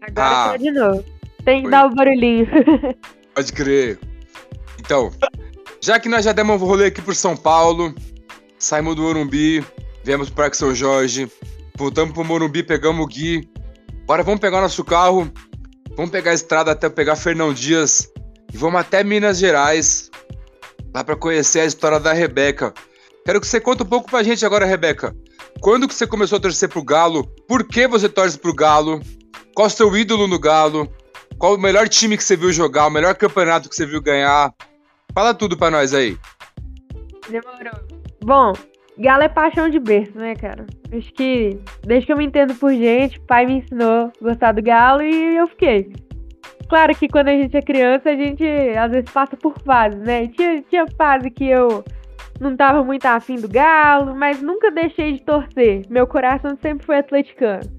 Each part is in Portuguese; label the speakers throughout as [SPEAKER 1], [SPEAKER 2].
[SPEAKER 1] Agora
[SPEAKER 2] Ah.
[SPEAKER 1] ah, de novo. Tem que
[SPEAKER 2] Foi.
[SPEAKER 1] dar o barulhinho.
[SPEAKER 2] Pode crer. Então, já que nós já demos um rolê aqui por São Paulo, saímos do Morumbi, viemos pro Parque São Jorge, voltamos pro Morumbi, pegamos o Gui. Agora vamos pegar nosso carro, vamos pegar a estrada até pegar Fernão Dias e vamos até Minas Gerais, lá pra conhecer a história da Rebeca. Quero que você conte um pouco pra gente agora, Rebeca. Quando que você começou a torcer pro Galo? Por que você torce pro Galo? Qual o seu ídolo no Galo? Qual o melhor time que você viu jogar, o melhor campeonato que você viu ganhar? Fala tudo pra nós aí.
[SPEAKER 1] Demorou. Bom, galo é paixão de berço, né, cara? Acho que desde que eu me entendo por gente, pai me ensinou a gostar do galo e eu fiquei. Claro que quando a gente é criança, a gente às vezes passa por fases, né? E Tinha, tinha fase que eu não tava muito afim do galo, mas nunca deixei de torcer. Meu coração sempre foi atleticano.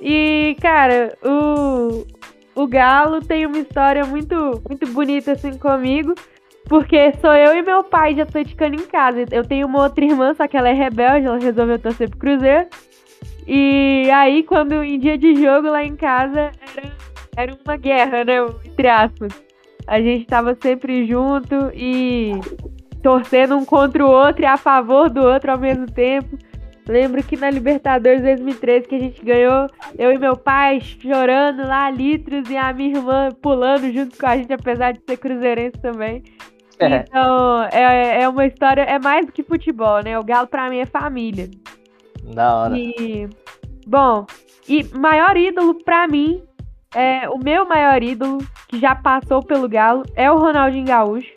[SPEAKER 1] E, cara, o, o galo tem uma história muito, muito bonita assim comigo. Porque sou eu e meu pai de atleticano em casa. Eu tenho uma outra irmã, só que ela é rebelde, ela resolveu torcer pro Cruzeiro. E aí, quando em dia de jogo lá em casa, era, era uma guerra, né? Entre aspas. A gente tava sempre junto e torcendo um contra o outro e a favor do outro ao mesmo tempo. Lembro que na Libertadores 2013 que a gente ganhou, eu e meu pai chorando lá, litros, e a minha irmã pulando junto com a gente, apesar de ser cruzeirense também.
[SPEAKER 3] É.
[SPEAKER 1] Então, é, é uma história, é mais do que futebol, né? O Galo pra mim é família.
[SPEAKER 3] Da hora.
[SPEAKER 1] E, bom, e maior ídolo pra mim, é, o meu maior ídolo que já passou pelo Galo é o Ronaldinho Gaúcho.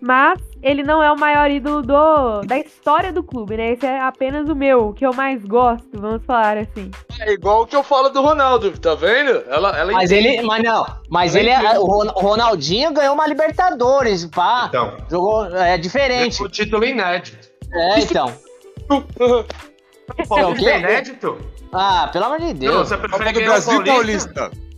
[SPEAKER 1] Mas ele não é o maior ídolo do, da história do clube, né? Esse é apenas o meu, o que eu mais gosto, vamos falar assim.
[SPEAKER 4] É igual o que eu falo do Ronaldo, tá vendo? Ela, ela
[SPEAKER 3] Mas ele. Mas não. Mas ele é. O Ron- o Ronaldinho ganhou uma Libertadores, pá.
[SPEAKER 5] Então,
[SPEAKER 3] Jogou. É diferente.
[SPEAKER 4] o um título inédito.
[SPEAKER 3] É, então.
[SPEAKER 5] Paulo,
[SPEAKER 3] o quê?
[SPEAKER 5] é inédito?
[SPEAKER 3] Ah, pelo amor de
[SPEAKER 5] Não,
[SPEAKER 3] Deus.
[SPEAKER 5] você
[SPEAKER 2] Copa
[SPEAKER 5] prefere
[SPEAKER 2] um do
[SPEAKER 5] ganhar o
[SPEAKER 2] Brasil e
[SPEAKER 5] Paulista?
[SPEAKER 2] Paulista.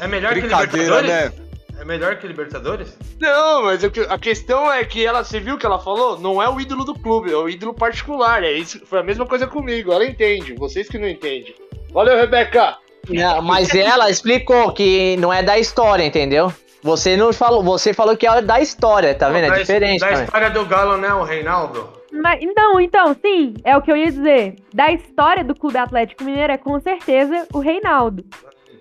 [SPEAKER 5] É melhor que
[SPEAKER 2] Brincadeira,
[SPEAKER 5] Libertadores?
[SPEAKER 2] né?
[SPEAKER 5] É melhor que Libertadores?
[SPEAKER 4] Não, mas o que- a questão é que ela, você viu o que ela falou? Não é o ídolo do clube, é o ídolo particular. É isso, foi a mesma coisa comigo. Ela entende, vocês que não entendem. Valeu, Rebeca!
[SPEAKER 3] Não, mas ela explicou que não é da história, entendeu? Você não falou, você falou que é da história, tá vendo? É
[SPEAKER 5] Da his-
[SPEAKER 3] diferente.
[SPEAKER 5] Da
[SPEAKER 3] também.
[SPEAKER 5] história do Galo, né, o Reinaldo?
[SPEAKER 1] Mas, então, então, sim, é o que eu ia dizer. Da história do Clube Atlético Mineiro é com certeza o Reinaldo.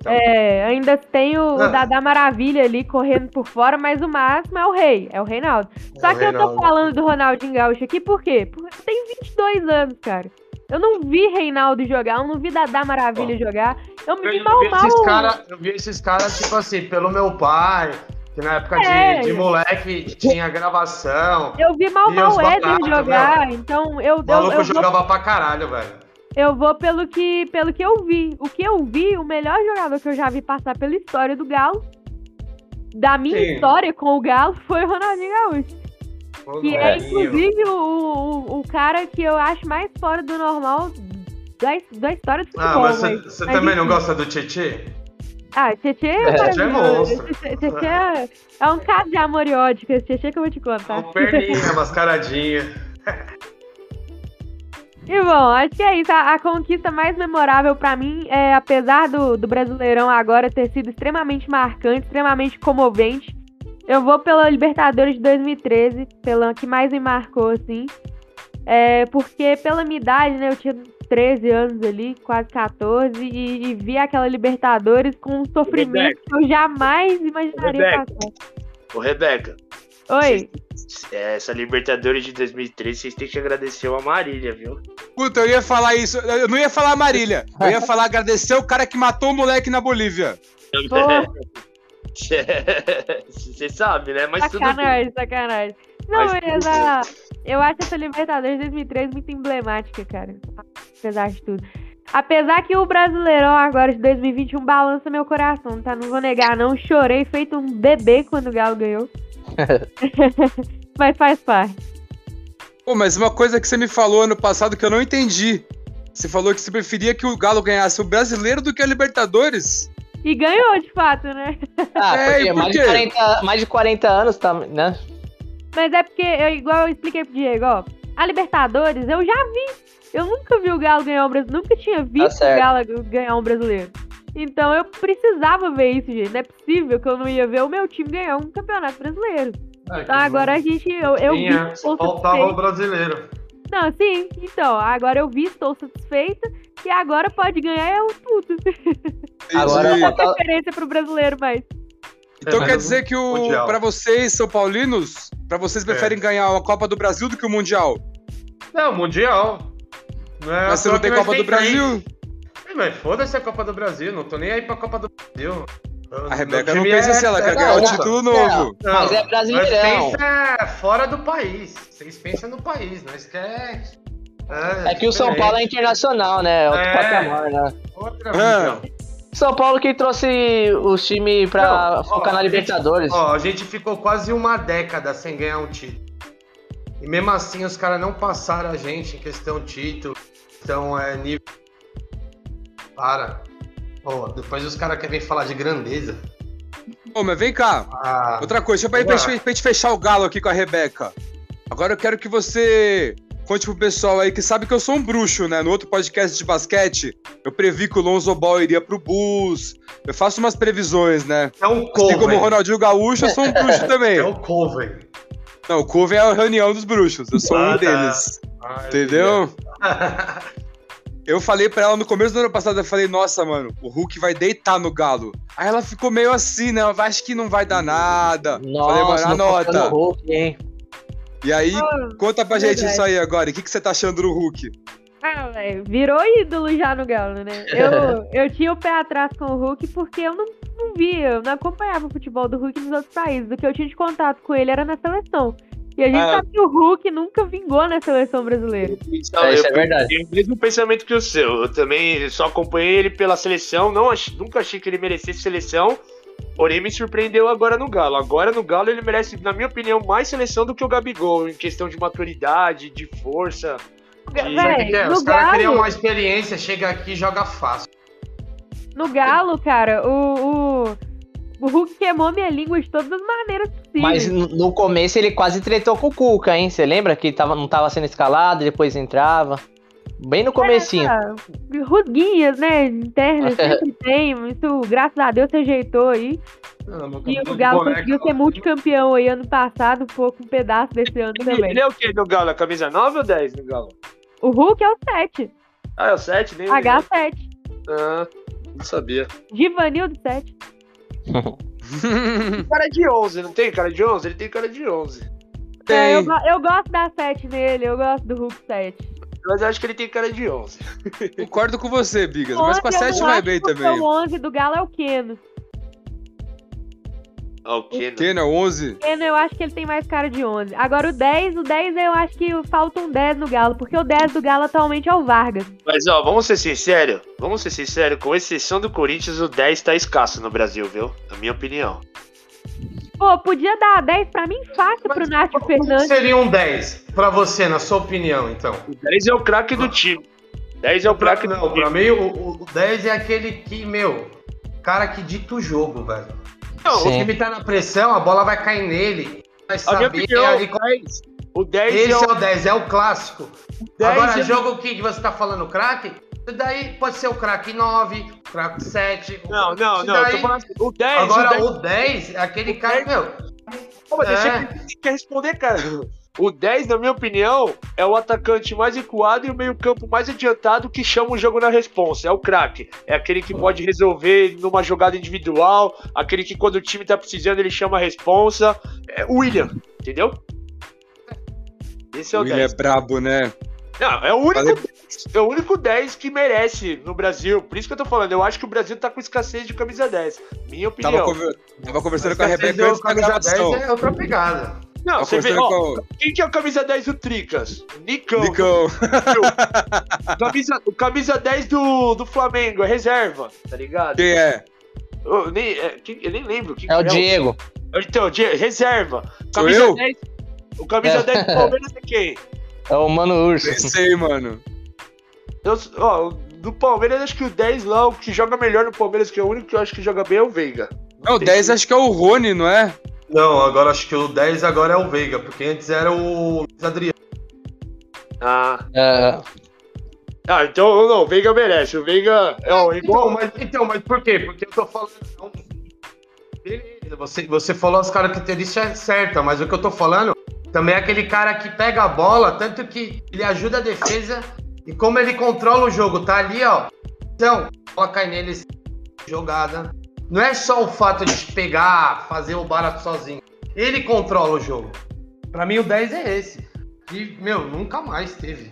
[SPEAKER 5] Então,
[SPEAKER 1] É, ainda tem o,
[SPEAKER 5] Ah.
[SPEAKER 1] o Dadá Maravilha ali correndo por fora, mas o máximo é o rei, é o Reinaldo. Só
[SPEAKER 5] É o
[SPEAKER 1] que eu
[SPEAKER 5] Reinaldo.
[SPEAKER 1] tô falando do Ronaldinho Gaúcho aqui, por quê? Porque eu tenho 22 anos, cara. Eu não vi Reinaldo jogar, eu não vi Dadá Maravilha jogar. Eu me vi
[SPEAKER 5] Eu,
[SPEAKER 1] mal,
[SPEAKER 5] vi
[SPEAKER 1] mal.
[SPEAKER 5] esses cara, eu vi esses caras, tipo assim, pelo meu pai, que na época de-
[SPEAKER 1] É.
[SPEAKER 5] de, moleque tinha gravação.
[SPEAKER 1] Eu vi mal,
[SPEAKER 5] E
[SPEAKER 1] mal
[SPEAKER 5] os
[SPEAKER 1] o Éder
[SPEAKER 5] batatas,
[SPEAKER 1] jogar. Então eu, eu,
[SPEAKER 5] O
[SPEAKER 1] eu,
[SPEAKER 5] maluco
[SPEAKER 1] vou-
[SPEAKER 5] jogava pra caralho, velho.
[SPEAKER 1] eu vou pelo que, pelo que eu vi. O que eu vi, o melhor jogador que eu já vi passar pela história do Galo, da minha
[SPEAKER 5] Sim.
[SPEAKER 1] história com o Galo, foi o Ronaldinho Gaúcho. Que é,
[SPEAKER 5] Molequinho.
[SPEAKER 1] inclusive, o, o, o cara que eu acho mais fora do normal da, da história do futebol.
[SPEAKER 5] Ah, mas
[SPEAKER 1] mas-
[SPEAKER 5] você- você
[SPEAKER 1] mas
[SPEAKER 5] também não
[SPEAKER 1] enfim.
[SPEAKER 5] gosta do Titi?
[SPEAKER 1] Ah, Tietê é,
[SPEAKER 3] É,
[SPEAKER 5] Tietê é
[SPEAKER 1] maravilhoso.
[SPEAKER 5] monstro.
[SPEAKER 1] Tietê- Tietê é, é um caso de amor e ódio, que esse Tietê que eu vou te
[SPEAKER 5] Tá.
[SPEAKER 1] contar.
[SPEAKER 5] O perninha, mascaradinha.
[SPEAKER 1] E bom, acho que é isso. A, a conquista mais memorável pra mim, é, apesar do, do Brasileirão agora ter sido extremamente marcante, extremamente comovente, eu vou pela Libertadores de 2013, pela que mais me marcou, assim. É, porque pela minha idade, né, eu tinha 13 anos ali, quase 14, e, e vi aquela Libertadores com um sofrimento que eu jamais imaginaria
[SPEAKER 4] Rebeca.
[SPEAKER 1] passar.
[SPEAKER 4] Ô, Rebeca, é,
[SPEAKER 1] Oi,
[SPEAKER 4] essa Libertadores de 2013, vocês têm que agradecer a Marília, viu?
[SPEAKER 2] Puta, eu ia falar isso. Eu não ia falar Marília. Eu
[SPEAKER 3] É.
[SPEAKER 2] ia falar agradecer o cara que matou o moleque na Bolívia.
[SPEAKER 1] Porra.
[SPEAKER 4] Você sabe, né?
[SPEAKER 1] Tá
[SPEAKER 4] Mas tudo bem.
[SPEAKER 1] sacanagem, sacanagem. Não,
[SPEAKER 4] Mas tudo
[SPEAKER 1] mas a- eu acho essa Libertadores 2003 muito emblemática, cara. Apesar de tudo. Apesar que o Brasileirão agora de 2021 balança meu coração, tá? Não vou negar, não. Chorei feito um bebê quando o Galo ganhou. mas faz parte.
[SPEAKER 2] Pô, mas uma coisa que você me falou ano passado que eu não entendi. Você falou que você preferia que o Galo ganhasse o brasileiro do que a Libertadores?
[SPEAKER 1] E ganhou, de fato, né?
[SPEAKER 3] Ah,
[SPEAKER 2] É,
[SPEAKER 3] porque
[SPEAKER 2] e por
[SPEAKER 3] mais, de
[SPEAKER 2] quê?
[SPEAKER 3] 40, mais de 40 anos, tá, né?
[SPEAKER 1] Mas é porque, eu, igual eu expliquei pro Diego, ó. A Libertadores eu já vi. Eu nunca vi o Galo ganhar um brasileiro. Nunca tinha visto o
[SPEAKER 3] certo.
[SPEAKER 1] Galo ganhar um brasileiro. Então eu precisava ver isso, gente. Não é possível que eu não ia ver o meu time ganhar um campeonato brasileiro. Então agora a gente. Eu, eu vi.
[SPEAKER 5] Tinha,
[SPEAKER 1] estou
[SPEAKER 5] faltava o
[SPEAKER 1] satisfeita.
[SPEAKER 5] brasileiro.
[SPEAKER 1] Não, sim, então. Agora eu vi, estou satisfeita. E agora pode ganhar é o tudo.
[SPEAKER 3] Agora tá
[SPEAKER 2] Entendi.
[SPEAKER 3] falta-
[SPEAKER 1] Referência pro brasileiro, mas.
[SPEAKER 2] Então
[SPEAKER 5] É,
[SPEAKER 2] quer
[SPEAKER 5] mas
[SPEAKER 2] dizer que o
[SPEAKER 5] Mundial. É.
[SPEAKER 2] para vocês, São Paulinos, para vocês preferem ganhar a Copa do Brasil do que o Mundial?
[SPEAKER 5] Não, Mundial. Não é
[SPEAKER 2] Mas
[SPEAKER 5] à
[SPEAKER 2] você
[SPEAKER 5] toa
[SPEAKER 2] não tem
[SPEAKER 5] que nós
[SPEAKER 2] Copa do
[SPEAKER 5] três.
[SPEAKER 2] Brasil?
[SPEAKER 5] Ei, Mas foda-se a Copa do Brasil, não tô nem aí pra Copa do Brasil.
[SPEAKER 2] A Rebeca não
[SPEAKER 5] é
[SPEAKER 2] pensa se ela quer ganhar o
[SPEAKER 3] não.
[SPEAKER 2] título
[SPEAKER 3] Não.
[SPEAKER 2] novo.
[SPEAKER 5] Não,
[SPEAKER 3] Mas é brasileirão.
[SPEAKER 5] Nós pensa fora do país. Vocês pensam no país, nós quer.
[SPEAKER 3] É que o São Paulo é internacional, né? É Outro
[SPEAKER 5] É.
[SPEAKER 3] patamar, né?
[SPEAKER 5] Outra
[SPEAKER 2] Ah.
[SPEAKER 5] visão.
[SPEAKER 3] São Paulo que trouxe os times pra
[SPEAKER 5] Não,
[SPEAKER 3] focar
[SPEAKER 5] ó,
[SPEAKER 3] na Libertadores.
[SPEAKER 5] Ó, a gente ficou quase uma década sem ganhar um título. E mesmo assim os caras não passaram a gente em questão de título, questão é, nível. Para. Ó, depois os caras querem falar de grandeza.
[SPEAKER 2] Ô, mas vem cá.
[SPEAKER 5] Ah,
[SPEAKER 2] Outra coisa, deixa eu pra,
[SPEAKER 5] Vamos
[SPEAKER 2] pra, pra gente fechar o galo aqui com a Rebeca. Agora eu quero que você conte pro pessoal aí que sabe que eu sou um bruxo, né? No outro podcast de basquete, eu previ que o Lonzo Ball iria pro Bulls. Eu faço umas previsões, né?
[SPEAKER 5] é um
[SPEAKER 2] Assim como o
[SPEAKER 5] cover.
[SPEAKER 2] Ronaldinho Gaúcho, eu sou um bruxo também.
[SPEAKER 5] É um cover.
[SPEAKER 2] Não, o Coven é a reunião dos bruxos, eu sou
[SPEAKER 5] Ah,
[SPEAKER 2] um
[SPEAKER 5] tá.
[SPEAKER 2] deles. Entendeu? Eu falei pra ela no começo do ano passado, eu falei, nossa, mano, o Hulk vai deitar no galo. Aí ela ficou meio assim, né? Eu acho que não vai dar nada. falei, mano,
[SPEAKER 3] não confia no
[SPEAKER 2] anota.
[SPEAKER 3] Hulk, hein?
[SPEAKER 2] E aí,
[SPEAKER 1] ah.
[SPEAKER 2] Conta pra gente
[SPEAKER 1] Verdade.
[SPEAKER 2] isso aí agora. O que, que você tá achando do Hulk?
[SPEAKER 1] Ah, velho, virou ídolo já no Galo, né? Eu, eu tinha o pé atrás com o Hulk porque eu não, não via, eu não acompanhava o futebol do Hulk nos outros países. O que eu tinha de contato com ele era na seleção. E a gente
[SPEAKER 2] Ah.
[SPEAKER 1] sabe que o Hulk nunca vingou na seleção brasileira.
[SPEAKER 4] Então,
[SPEAKER 3] É,
[SPEAKER 4] eu
[SPEAKER 3] isso é verdade.
[SPEAKER 4] tenho o mesmo pensamento que o seu. Eu também só acompanhei ele pela seleção, não ach- nunca achei que ele merecesse seleção, porém me surpreendeu agora no Galo. Agora no Galo ele merece, na minha opinião, mais seleção do que o Gabigol, em questão de maturidade, de força. Sim.
[SPEAKER 5] Sabe o que que é?
[SPEAKER 1] Véi,
[SPEAKER 5] Os
[SPEAKER 1] no
[SPEAKER 5] caras queriam
[SPEAKER 1] Galo,
[SPEAKER 5] uma experiência, chega aqui e joga fácil.
[SPEAKER 1] no Galo, cara, o, o, o Hulk queimou minha língua de todas as maneiras possíveis.
[SPEAKER 3] Mas no- no começo ele quase tretou com o Cuca, hein? Você lembra que tava, não tava sendo escalado, depois entrava. Bem no comecinho.
[SPEAKER 1] Ah, Rusguinhas, né? Internas sempre tem. Isso, graças a Deus, se ajeitou aí. E
[SPEAKER 2] é
[SPEAKER 1] o Galo conseguiu ser multicampeão aí ano passado, pô, com um pedaço desse ano
[SPEAKER 4] Ele,
[SPEAKER 1] também.
[SPEAKER 4] é o que no Galo? A camisa 9 ou 10 no Galo?
[SPEAKER 1] O Hulk é o 7,
[SPEAKER 4] Ah, é o 7? Nem
[SPEAKER 1] H7,
[SPEAKER 4] Ah, não sabia.
[SPEAKER 1] Givanildo 7.
[SPEAKER 4] Cara de 11, não tem cara de 11? Ele tem cara de 11.
[SPEAKER 1] É, eu,
[SPEAKER 2] Tem.
[SPEAKER 1] go- eu gosto da 7 nele, eu gosto do Hulk 7.
[SPEAKER 4] Mas eu acho que ele tem cara de 11.
[SPEAKER 2] Concordo com você, Bigas. Mas com a
[SPEAKER 1] Onze, eu
[SPEAKER 2] 7
[SPEAKER 1] não
[SPEAKER 2] vai
[SPEAKER 1] acho
[SPEAKER 2] bem
[SPEAKER 1] porque
[SPEAKER 2] também.
[SPEAKER 1] O 11 do Galo é o Keno.
[SPEAKER 4] Ah, o
[SPEAKER 5] né?
[SPEAKER 4] Keno.
[SPEAKER 2] Keno é 11?
[SPEAKER 1] Keno eu acho que ele tem mais cara de 11. Agora o 10, o 10 eu acho que falta um 10 no Galo, porque o 10 do Galo atualmente é o Vargas.
[SPEAKER 4] Mas ó, vamos ser sinceros, vamos ser sinceros, com exceção do Corinthians, o 10 tá escasso no Brasil, viu? Na minha opinião.
[SPEAKER 1] Pô, podia dar 10 pra mim fácil pro
[SPEAKER 5] Mas
[SPEAKER 1] Nath
[SPEAKER 5] Como
[SPEAKER 1] Fernandes.
[SPEAKER 5] Seria um 10 pra você, na sua opinião, então.
[SPEAKER 4] O 10 é o craque do time. 10 é o craque do
[SPEAKER 5] Ah. não, né?
[SPEAKER 4] time.
[SPEAKER 5] pra mim o, o- o 10 é aquele que, meu, cara que dita o jogo, velho.
[SPEAKER 4] Não,
[SPEAKER 5] O
[SPEAKER 3] Sim.
[SPEAKER 5] time tá na pressão, a bola vai cair nele. Vai
[SPEAKER 4] a minha
[SPEAKER 5] saber.
[SPEAKER 4] opinião,
[SPEAKER 5] e-
[SPEAKER 4] o 10, o 10
[SPEAKER 5] esse
[SPEAKER 4] é o
[SPEAKER 5] é o 10, é o clássico.
[SPEAKER 4] 10
[SPEAKER 5] Agora,
[SPEAKER 4] é-
[SPEAKER 5] jogo que você tá falando craque, isso daí pode ser o craque 9, o craque 7. o-
[SPEAKER 4] Não, não,
[SPEAKER 5] isso
[SPEAKER 4] não, eu tô
[SPEAKER 5] daí-
[SPEAKER 4] falando assim, o 10, o
[SPEAKER 5] Agora,
[SPEAKER 4] 10,
[SPEAKER 5] o 10 é aquele cara, meu,
[SPEAKER 4] Pô, mas deixa
[SPEAKER 5] é.
[SPEAKER 4] que você quer responder, cara. O 10, na minha opinião, é o atacante mais recuado e o meio-campo mais adiantado que chama o jogo na responsa. É o craque. É aquele que pode resolver numa jogada individual, aquele que quando o time tá precisando ele chama a responsa. É o William, entendeu? Esse é
[SPEAKER 2] O
[SPEAKER 4] o
[SPEAKER 2] William é
[SPEAKER 4] 10.
[SPEAKER 2] brabo, né?
[SPEAKER 4] Não, é o único
[SPEAKER 2] Falei-
[SPEAKER 4] 10, é o único 10 que merece no Brasil. Por isso que eu tô falando, eu acho que o Brasil tá com escassez de camisa 10. Minha opinião.
[SPEAKER 2] Tava, conver- tava conversando
[SPEAKER 4] é
[SPEAKER 5] Mas
[SPEAKER 2] com a
[SPEAKER 5] quer dizer,
[SPEAKER 2] Rebeca antes
[SPEAKER 5] o
[SPEAKER 2] da
[SPEAKER 5] camisa 10
[SPEAKER 2] gravação.
[SPEAKER 5] é outra pegada.
[SPEAKER 4] Não,
[SPEAKER 2] Tava
[SPEAKER 4] você vê,
[SPEAKER 2] conversando
[SPEAKER 4] ó,
[SPEAKER 2] com
[SPEAKER 4] quem que é o camisa 10 do Tricas?
[SPEAKER 2] o
[SPEAKER 4] Nicão.
[SPEAKER 2] Nicão.
[SPEAKER 4] Camisa, o camisa 10 do, do Flamengo é reserva, tá ligado?
[SPEAKER 2] Quem é?
[SPEAKER 4] Eu nem, é, quem- eu nem lembro. Quem
[SPEAKER 3] É o
[SPEAKER 4] que
[SPEAKER 3] Diego.
[SPEAKER 4] Então, Diego, reserva.
[SPEAKER 2] Sou
[SPEAKER 4] Camisa
[SPEAKER 2] eu?
[SPEAKER 4] 10. O camisa
[SPEAKER 3] É.
[SPEAKER 4] 10 do Palmeiras é quem?
[SPEAKER 3] É o Mano Urso.
[SPEAKER 2] Nem sei, mano.
[SPEAKER 4] Eu, ó, do Palmeiras, acho que o 10 lá, o que joga melhor no Palmeiras, que é o único que eu acho que joga bem, é o Veiga.
[SPEAKER 2] Não, o 10 acho que é o Rony, não é?
[SPEAKER 5] Não, agora acho que o 10 agora é o Veiga, porque antes era o Luiz Adriano.
[SPEAKER 4] Ah,
[SPEAKER 3] É,
[SPEAKER 4] Ah, então não, o Veiga merece. O Veiga é um
[SPEAKER 5] Então,
[SPEAKER 4] igual.
[SPEAKER 5] mas, então, mas por quê? Porque eu tô falando. não. Beleza, você, você falou as características certas, mas o que eu tô falando também é aquele cara que pega a bola, tanto que ele ajuda a defesa e como ele controla o jogo, tá ali, ó. Então, a bola cai nele, jogada. Não é só o fato de pegar, fazer o barato sozinho. Ele controla o jogo. Pra mim, o 10 é esse. E, meu, nunca mais teve.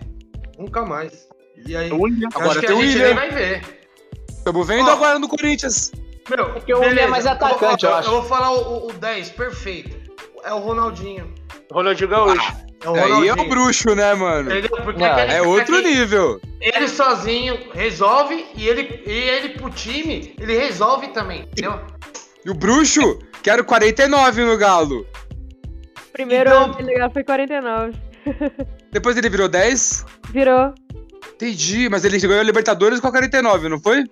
[SPEAKER 5] Nunca mais. E aí,
[SPEAKER 4] O Willian.
[SPEAKER 5] eu
[SPEAKER 2] Agora
[SPEAKER 5] acho que
[SPEAKER 2] tem
[SPEAKER 5] a
[SPEAKER 2] o
[SPEAKER 5] gente
[SPEAKER 2] Willian.
[SPEAKER 5] nem vai ver.
[SPEAKER 2] Estamos vendo
[SPEAKER 5] Ó.
[SPEAKER 2] agora no Corinthians.
[SPEAKER 5] Meu,
[SPEAKER 3] Porque o Willian é mais atacante,
[SPEAKER 5] eu,
[SPEAKER 3] eu
[SPEAKER 5] vou-
[SPEAKER 3] acho.
[SPEAKER 5] Eu vou falar o, o- o 10, perfeito. É o Ronaldinho.
[SPEAKER 4] Ronaldinho Gaúcho.
[SPEAKER 5] É o
[SPEAKER 2] Aí é
[SPEAKER 5] Ronaldinho.
[SPEAKER 2] o bruxo, né, mano?
[SPEAKER 5] Entendeu? Porque
[SPEAKER 3] Não,
[SPEAKER 5] aquele
[SPEAKER 2] É
[SPEAKER 5] cara
[SPEAKER 2] outro
[SPEAKER 5] que
[SPEAKER 2] nível.
[SPEAKER 5] Ele sozinho resolve e ele, e ele pro time, ele resolve também, entendeu?
[SPEAKER 2] E o bruxo, quero 49 no Galo.
[SPEAKER 1] Primeiro
[SPEAKER 5] Então-
[SPEAKER 1] ano dele foi 49.
[SPEAKER 2] Depois ele virou 10.
[SPEAKER 1] Virou.
[SPEAKER 2] Entendi, mas ele ganhou a Libertadores com a 49, não foi?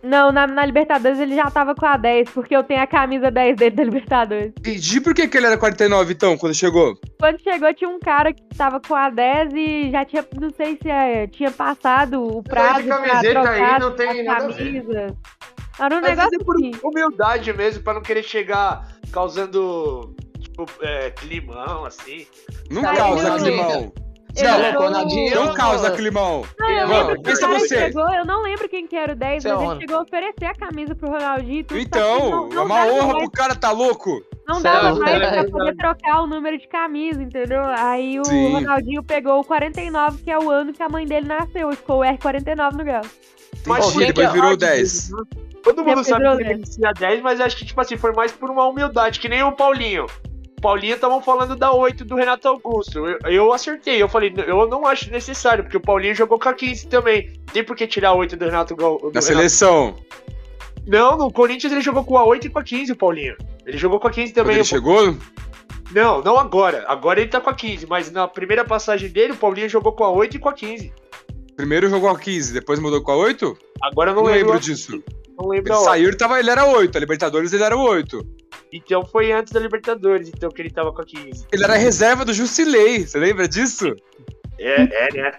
[SPEAKER 1] Não, na, na Libertadores ele já tava com a 10, porque eu tenho a camisa 10 dele da Libertadores.
[SPEAKER 2] Entendi por que, que ele era 49 então, quando chegou.
[SPEAKER 1] Quando chegou, tinha um cara que tava com a 10 e já tinha, não sei se é, tinha passado o prazo. pra
[SPEAKER 5] camiseta aí
[SPEAKER 1] trocar
[SPEAKER 5] não tem
[SPEAKER 1] a
[SPEAKER 5] nada a ver.
[SPEAKER 1] camisa. Era um
[SPEAKER 4] Às vezes
[SPEAKER 1] negócio
[SPEAKER 4] é por
[SPEAKER 1] assim.
[SPEAKER 4] humildade mesmo, pra não querer chegar causando, tipo, é, climão, assim.
[SPEAKER 2] Não
[SPEAKER 1] Tá,
[SPEAKER 2] causa
[SPEAKER 3] ele não-
[SPEAKER 2] climão.
[SPEAKER 1] ele
[SPEAKER 2] Não,
[SPEAKER 1] não-
[SPEAKER 2] não é. causa climão.
[SPEAKER 1] Não, eu
[SPEAKER 2] Mano,
[SPEAKER 1] lembro que o
[SPEAKER 5] é
[SPEAKER 2] pensa
[SPEAKER 1] cara
[SPEAKER 2] você.
[SPEAKER 1] chegou, eu não lembro quem que era o 10,
[SPEAKER 3] Você é
[SPEAKER 1] mas ele
[SPEAKER 3] honra.
[SPEAKER 1] chegou a oferecer a camisa pro Ronaldinho e tudo.
[SPEAKER 2] Então, é uma honra pro cara, tá louco?
[SPEAKER 1] Não
[SPEAKER 3] Sério,
[SPEAKER 1] dava mais
[SPEAKER 3] cara,
[SPEAKER 1] pra
[SPEAKER 4] cara.
[SPEAKER 1] poder trocar o número de camisa, entendeu? Aí o
[SPEAKER 2] Sim.
[SPEAKER 1] Ronaldinho pegou o 49, que é o ano que a mãe dele nasceu. Ficou o R49 no Galo.
[SPEAKER 4] Mas
[SPEAKER 2] Entendi,
[SPEAKER 3] quem
[SPEAKER 2] depois
[SPEAKER 3] que é
[SPEAKER 2] virou
[SPEAKER 4] ódio
[SPEAKER 2] 10.
[SPEAKER 4] né? Todo mundo
[SPEAKER 1] Sempre
[SPEAKER 4] sabe
[SPEAKER 1] virou
[SPEAKER 4] que ele
[SPEAKER 1] 10.
[SPEAKER 4] merecia 10, mas acho que, tipo assim, foi mais por uma humildade, que nem o Paulinho. O Paulinho estavam falando da 8 do Renato Augusto. Eu, eu acertei, eu falei, "N- eu não acho necessário, porque o Paulinho jogou com a 15 também. Tem por que tirar a 8 do Renato Gal-
[SPEAKER 2] Na
[SPEAKER 4] do Renato-
[SPEAKER 2] seleção,
[SPEAKER 4] Não, no Corinthians ele jogou com a 8 e com a 15, o Paulinho. Ele jogou com a 15
[SPEAKER 2] quando
[SPEAKER 4] também.
[SPEAKER 2] ele
[SPEAKER 4] Eu-
[SPEAKER 2] chegou,
[SPEAKER 4] Não, não agora. Agora ele tá com a 15, mas na primeira passagem dele, o Paulinho jogou com a 8 e com a 15.
[SPEAKER 2] primeiro jogou a 15, depois mudou com a 8?
[SPEAKER 4] Agora eu não,
[SPEAKER 2] Não
[SPEAKER 4] lembro.
[SPEAKER 2] lembro disso.
[SPEAKER 4] Não lembro
[SPEAKER 2] Ele
[SPEAKER 4] a hora.
[SPEAKER 2] saiu, ele, tava, ele era 8, a Libertadores ele era 8.
[SPEAKER 4] Então foi antes da Libertadores, então, que ele tava com a 15.
[SPEAKER 2] Ele era reserva do Jusilei, você lembra disso?
[SPEAKER 4] É, é, né?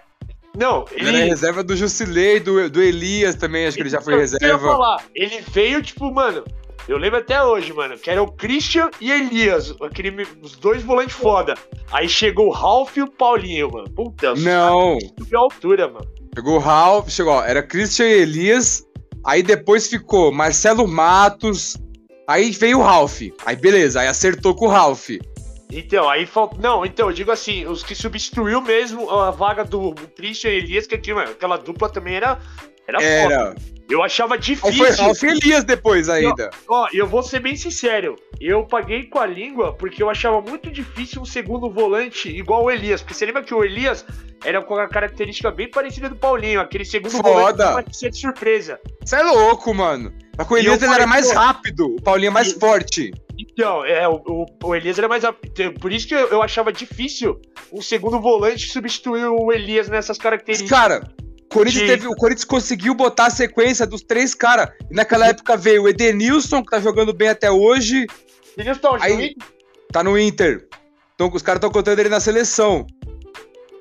[SPEAKER 4] Não,
[SPEAKER 2] Ele era
[SPEAKER 4] ele.
[SPEAKER 2] reserva do Jusilei, do, do Elias também, acho é que ele já foi
[SPEAKER 4] Então, Eu ia
[SPEAKER 2] reserva.
[SPEAKER 4] falar, ele veio, tipo, mano. Eu lembro até hoje, mano, que era o Christian e Elias, aquele, me- os dois volantes foda. Aí chegou o Ralf e o Paulinho, mano. Puta,
[SPEAKER 2] Não,
[SPEAKER 4] subiu a altura, mano.
[SPEAKER 2] chegou o Ralf, chegou, ó, era Christian e Elias, aí depois ficou Marcelo Matos, aí veio o Ralf, aí beleza, aí acertou com o Ralf.
[SPEAKER 4] Então, aí falta. Não, então, eu digo assim, os que substituiu mesmo a vaga do Christian e Elias, que aqui, mano, aquela dupla também era. Era, É foda.
[SPEAKER 2] Era.
[SPEAKER 4] Eu achava
[SPEAKER 2] Aí foi
[SPEAKER 4] difícil.
[SPEAKER 2] Ralf e Elias depois ainda.
[SPEAKER 4] Ó, eu vou ser bem sincero. Eu paguei com a língua porque eu achava muito difícil um segundo volante igual o Elias. Porque você lembra que o Elias era com a característica bem parecida do Paulinho, aquele segundo
[SPEAKER 2] Foda.
[SPEAKER 4] volante que parecia de surpresa.
[SPEAKER 2] Você é louco, mano. Mas com o
[SPEAKER 4] E eu
[SPEAKER 2] Elias ele era
[SPEAKER 4] falei,
[SPEAKER 2] mais
[SPEAKER 4] pô,
[SPEAKER 2] rápido, o Paulinho é mais
[SPEAKER 4] e-
[SPEAKER 2] forte.
[SPEAKER 4] Então, é, o, o, o Elias era mais. ap- então, Por isso que eu, eu achava difícil um segundo volante substituir o Elias nessas
[SPEAKER 2] Mas,
[SPEAKER 4] características.
[SPEAKER 2] cara, o Corinthians,
[SPEAKER 4] De-
[SPEAKER 2] teve- o Corinthians conseguiu botar a sequência dos três caras. E naquela época veio o Edenilson, que tá jogando bem até hoje,
[SPEAKER 4] Entendeu? Então,
[SPEAKER 2] Aí-
[SPEAKER 4] Juiz,
[SPEAKER 2] tá no Inter. Então os caras estão contando ele na seleção.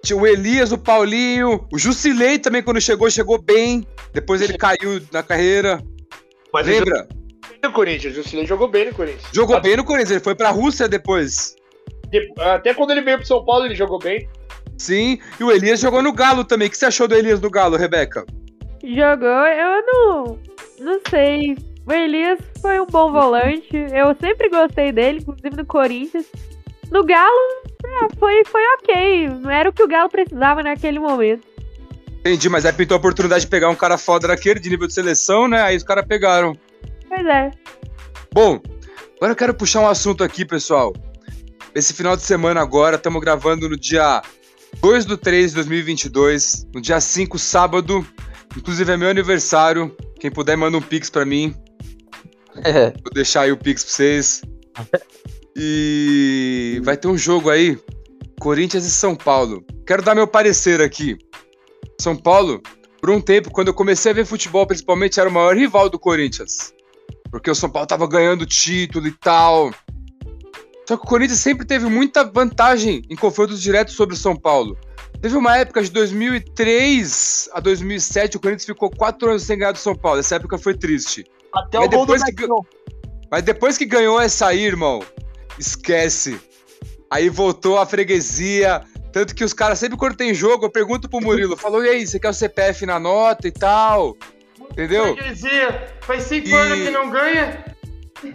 [SPEAKER 2] Tinha o Elias, o Paulinho, o Jusilei também, quando chegou, chegou bem. Depois ele caiu na carreira.
[SPEAKER 4] mas ele jogou
[SPEAKER 2] Lembra?
[SPEAKER 4] bem no Corinthians. O Jusilei jogou bem no Corinthians.
[SPEAKER 2] Jogou bem no Corinthians, ele foi pra Rússia depois.
[SPEAKER 4] De- Até quando ele veio pro São Paulo, ele jogou bem.
[SPEAKER 2] Sim, e o Elias jogou no Galo também. O que você achou do Elias no Galo, Rebeca?
[SPEAKER 1] Jogou, eu não. Não sei. O Elias foi um bom volante. Eu sempre gostei dele, inclusive no Corinthians. No Galo, é, foi, foi ok. Não era o que o Galo precisava naquele momento.
[SPEAKER 2] Entendi, mas aí pintou a oportunidade de pegar um cara foda daquele, de nível de seleção, né? Aí os caras pegaram.
[SPEAKER 1] Pois é.
[SPEAKER 2] Bom, agora eu quero puxar um assunto aqui, pessoal. Esse final de semana agora, estamos gravando no dia 2 do 3 de 2022, no dia 5, sábado. Inclusive é meu aniversário. Quem puder, manda um pix pra mim.
[SPEAKER 3] É.
[SPEAKER 2] Vou deixar aí o pix pra vocês. E vai ter um jogo aí, Corinthians e São Paulo. Quero dar meu parecer aqui. São Paulo, por um tempo, quando eu comecei a ver futebol, principalmente, era o maior rival do Corinthians. Porque o São Paulo tava ganhando título e tal. Só que o Corinthians sempre teve muita vantagem em confrontos diretos sobre o São Paulo. Teve uma época de 2003 a 2007, o Corinthians ficou quatro anos sem ganhar do São Paulo. Essa época foi triste.
[SPEAKER 4] Até
[SPEAKER 2] Mas
[SPEAKER 4] o gol do
[SPEAKER 2] depois que
[SPEAKER 4] Betão.
[SPEAKER 2] Mas depois que ganhou essa aí, irmão, esquece. Aí voltou a freguesia. Tanto que os caras, sempre quando tem jogo, eu pergunto pro Murilo, falou, e aí, você quer o CPF na nota e tal? Entendeu?
[SPEAKER 5] Freguesia. Faz cinco
[SPEAKER 2] E-
[SPEAKER 5] anos que não ganha.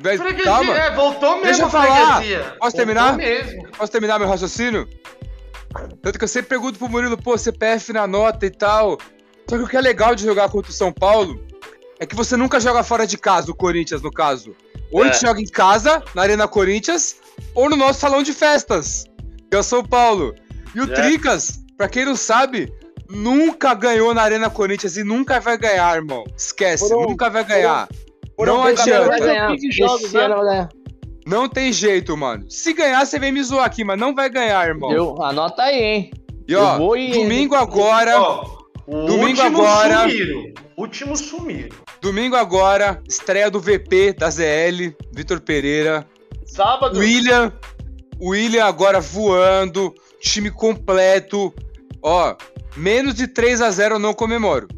[SPEAKER 2] Mas,
[SPEAKER 5] Freguesia.
[SPEAKER 2] calma,
[SPEAKER 5] É, voltou mesmo
[SPEAKER 2] Deixa eu
[SPEAKER 5] a
[SPEAKER 2] falar.
[SPEAKER 5] freguesia.
[SPEAKER 2] Posso
[SPEAKER 5] Voltou
[SPEAKER 2] terminar?
[SPEAKER 5] mesmo.
[SPEAKER 2] posso terminar meu raciocínio? Tanto que eu sempre pergunto pro Murilo, pô, CPF na nota e tal. Só que o que é legal de jogar contra o São Paulo é que você nunca joga fora de casa, o Corinthians, no caso. Ou a gente joga em casa, na Arena Corinthians, ou no nosso salão de festas, que é o São Paulo. E o
[SPEAKER 4] É.
[SPEAKER 2] Tricas, pra quem não sabe, nunca ganhou na Arena Corinthians e nunca vai ganhar, irmão. Esquece,
[SPEAKER 4] Foram-
[SPEAKER 2] nunca vai ganhar.
[SPEAKER 4] foram
[SPEAKER 2] não
[SPEAKER 4] bem
[SPEAKER 2] adianta.
[SPEAKER 4] campeões.
[SPEAKER 3] Vai ganhar.
[SPEAKER 4] 15 jogos,
[SPEAKER 3] Esse
[SPEAKER 4] né?
[SPEAKER 3] ano vai ganhar.
[SPEAKER 2] Não tem jeito, mano. Se ganhar, você vem me zoar aqui, mas não vai ganhar, irmão.
[SPEAKER 3] Eu, anota aí, hein?
[SPEAKER 2] e ó,
[SPEAKER 3] eu vou e-
[SPEAKER 2] domingo agora.
[SPEAKER 5] Ó, o
[SPEAKER 2] Tá. Domingo
[SPEAKER 5] último
[SPEAKER 2] agora.
[SPEAKER 5] sumiro. Último sumiro.
[SPEAKER 2] Domingo agora, estreia do VP da ZL, Vitor Pereira.
[SPEAKER 4] Sábado.
[SPEAKER 2] William, William agora voando, time completo. Ó, menos de 3 a 0 eu não comemoro.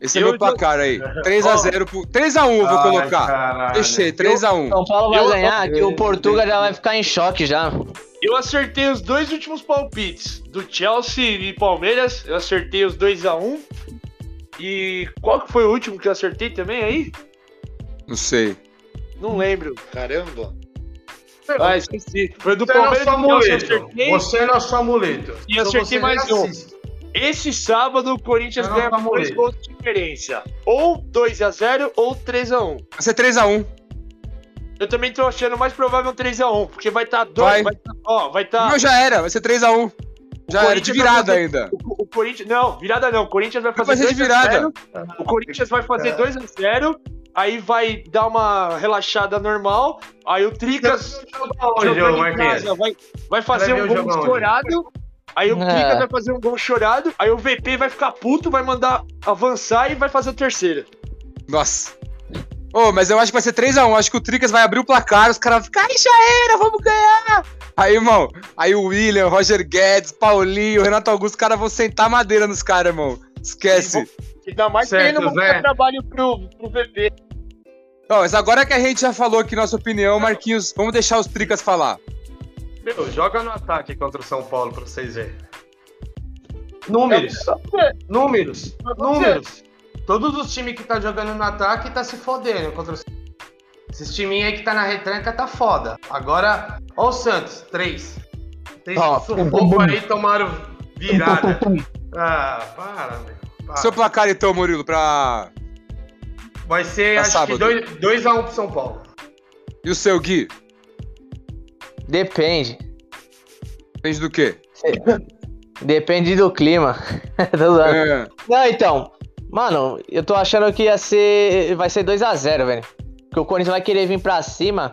[SPEAKER 2] Esse é
[SPEAKER 4] Eu
[SPEAKER 2] meu placar aí. 3 a
[SPEAKER 4] Ó.
[SPEAKER 2] 0 pro 3 a 1 eu vou
[SPEAKER 5] Ai,
[SPEAKER 2] colocar.
[SPEAKER 5] caralho.
[SPEAKER 2] Deixei 3 a 1.
[SPEAKER 3] São Paulo vai
[SPEAKER 4] Eu-
[SPEAKER 3] ganhar, que o Portuga já vai ficar em choque já.
[SPEAKER 4] Eu acertei os dois últimos palpites do Chelsea e Palmeiras. Eu acertei os 2 a 1 E qual que foi o último que eu acertei também aí?
[SPEAKER 2] Não sei.
[SPEAKER 4] Não lembro. Caramba. Ah, esqueci. Foi do
[SPEAKER 5] Você é
[SPEAKER 4] Palmeiras
[SPEAKER 5] nosso
[SPEAKER 4] e do Chelsea. Eu
[SPEAKER 5] amuleto.
[SPEAKER 4] acertei.
[SPEAKER 5] Você é nosso amuleto.
[SPEAKER 4] E acertei
[SPEAKER 5] você
[SPEAKER 4] mais
[SPEAKER 5] me
[SPEAKER 4] um.
[SPEAKER 5] assiste.
[SPEAKER 4] Esse sábado o Corinthians
[SPEAKER 5] Não,
[SPEAKER 4] ganha
[SPEAKER 5] vamos
[SPEAKER 4] por dois
[SPEAKER 5] ver.
[SPEAKER 4] gols de diferença. Ou 2 a 0 ou 3 a 1
[SPEAKER 2] Vai ser 3 a 1.
[SPEAKER 4] Eu também tô achando mais provável um 3 a 1 porque vai estar tá
[SPEAKER 2] Vai.
[SPEAKER 4] dois, vai tá, ó, vai tá
[SPEAKER 2] Não já era, vai ser 3 a 1. Já era de
[SPEAKER 4] Corinthians vai
[SPEAKER 2] virada
[SPEAKER 4] fazer-
[SPEAKER 2] ainda.
[SPEAKER 4] o, o Corinthians, não, virada não, o Corinthians vai fazer
[SPEAKER 2] Vai ser de
[SPEAKER 4] 2 a
[SPEAKER 2] virada.
[SPEAKER 4] 0. O Corinthians vai fazer
[SPEAKER 5] É.
[SPEAKER 4] 2 a 0, aí vai dar uma relaxada normal, aí o Tricas
[SPEAKER 5] Olha o jogo,
[SPEAKER 4] jogando em
[SPEAKER 5] Marquinhos.
[SPEAKER 4] casa, vai, vai fazer
[SPEAKER 5] Vai ver
[SPEAKER 4] um
[SPEAKER 5] o
[SPEAKER 4] gol
[SPEAKER 5] jogo aonde?
[SPEAKER 4] chorado. Aí o
[SPEAKER 3] É.
[SPEAKER 4] Tricas vai fazer um gol chorado, aí o VP vai ficar puto, vai mandar avançar e vai fazer o terceiro.
[SPEAKER 2] Nossa. Ô, mas eu acho que vai ser 3x1. Acho que o Tricas vai abrir o placar, os caras ficam, ai, já era, vamos ganhar! Aí, irmão, aí o William, Roger Guedes, Paulinho, Renato Augusto, os caras vão sentar madeira nos caras, irmão. Esquece.
[SPEAKER 4] Ainda mais
[SPEAKER 5] Certo,
[SPEAKER 4] tendo um
[SPEAKER 5] Zé.
[SPEAKER 4] bom trabalho pro, pro VP.
[SPEAKER 2] Ó, mas agora que a gente já falou aqui nossa opinião, Marquinhos, vamos deixar os Tricas falar.
[SPEAKER 5] Meu, joga no ataque contra o São Paulo pra vocês verem. Números. Números. Números. Todos os times que tá jogando no ataque tá se fodendo contra o Esses timinhos aí que tá na retranca tá foda. Agora, ó o Santos, três. Tem
[SPEAKER 3] Ó,
[SPEAKER 5] oh,
[SPEAKER 3] pum, pum,
[SPEAKER 5] sufoco
[SPEAKER 3] pum.
[SPEAKER 5] aí, tomaram virada. Ah, para,
[SPEAKER 3] Ah.
[SPEAKER 5] meu. para.
[SPEAKER 2] Seu placar, então, Murilo, pra.
[SPEAKER 5] Vai ser,
[SPEAKER 2] Tá
[SPEAKER 5] acho
[SPEAKER 2] sábado.
[SPEAKER 5] que 2x1 dois, a um pro São Paulo.
[SPEAKER 2] E o seu Gui?
[SPEAKER 3] Depende.
[SPEAKER 2] Depende do quê?
[SPEAKER 3] Depende do clima. Tô zoando.
[SPEAKER 2] É,
[SPEAKER 3] Não, então. Mano, eu tô achando que ia ser. Vai ser 2x0, velho. Porque o Corinthians vai querer vir pra cima.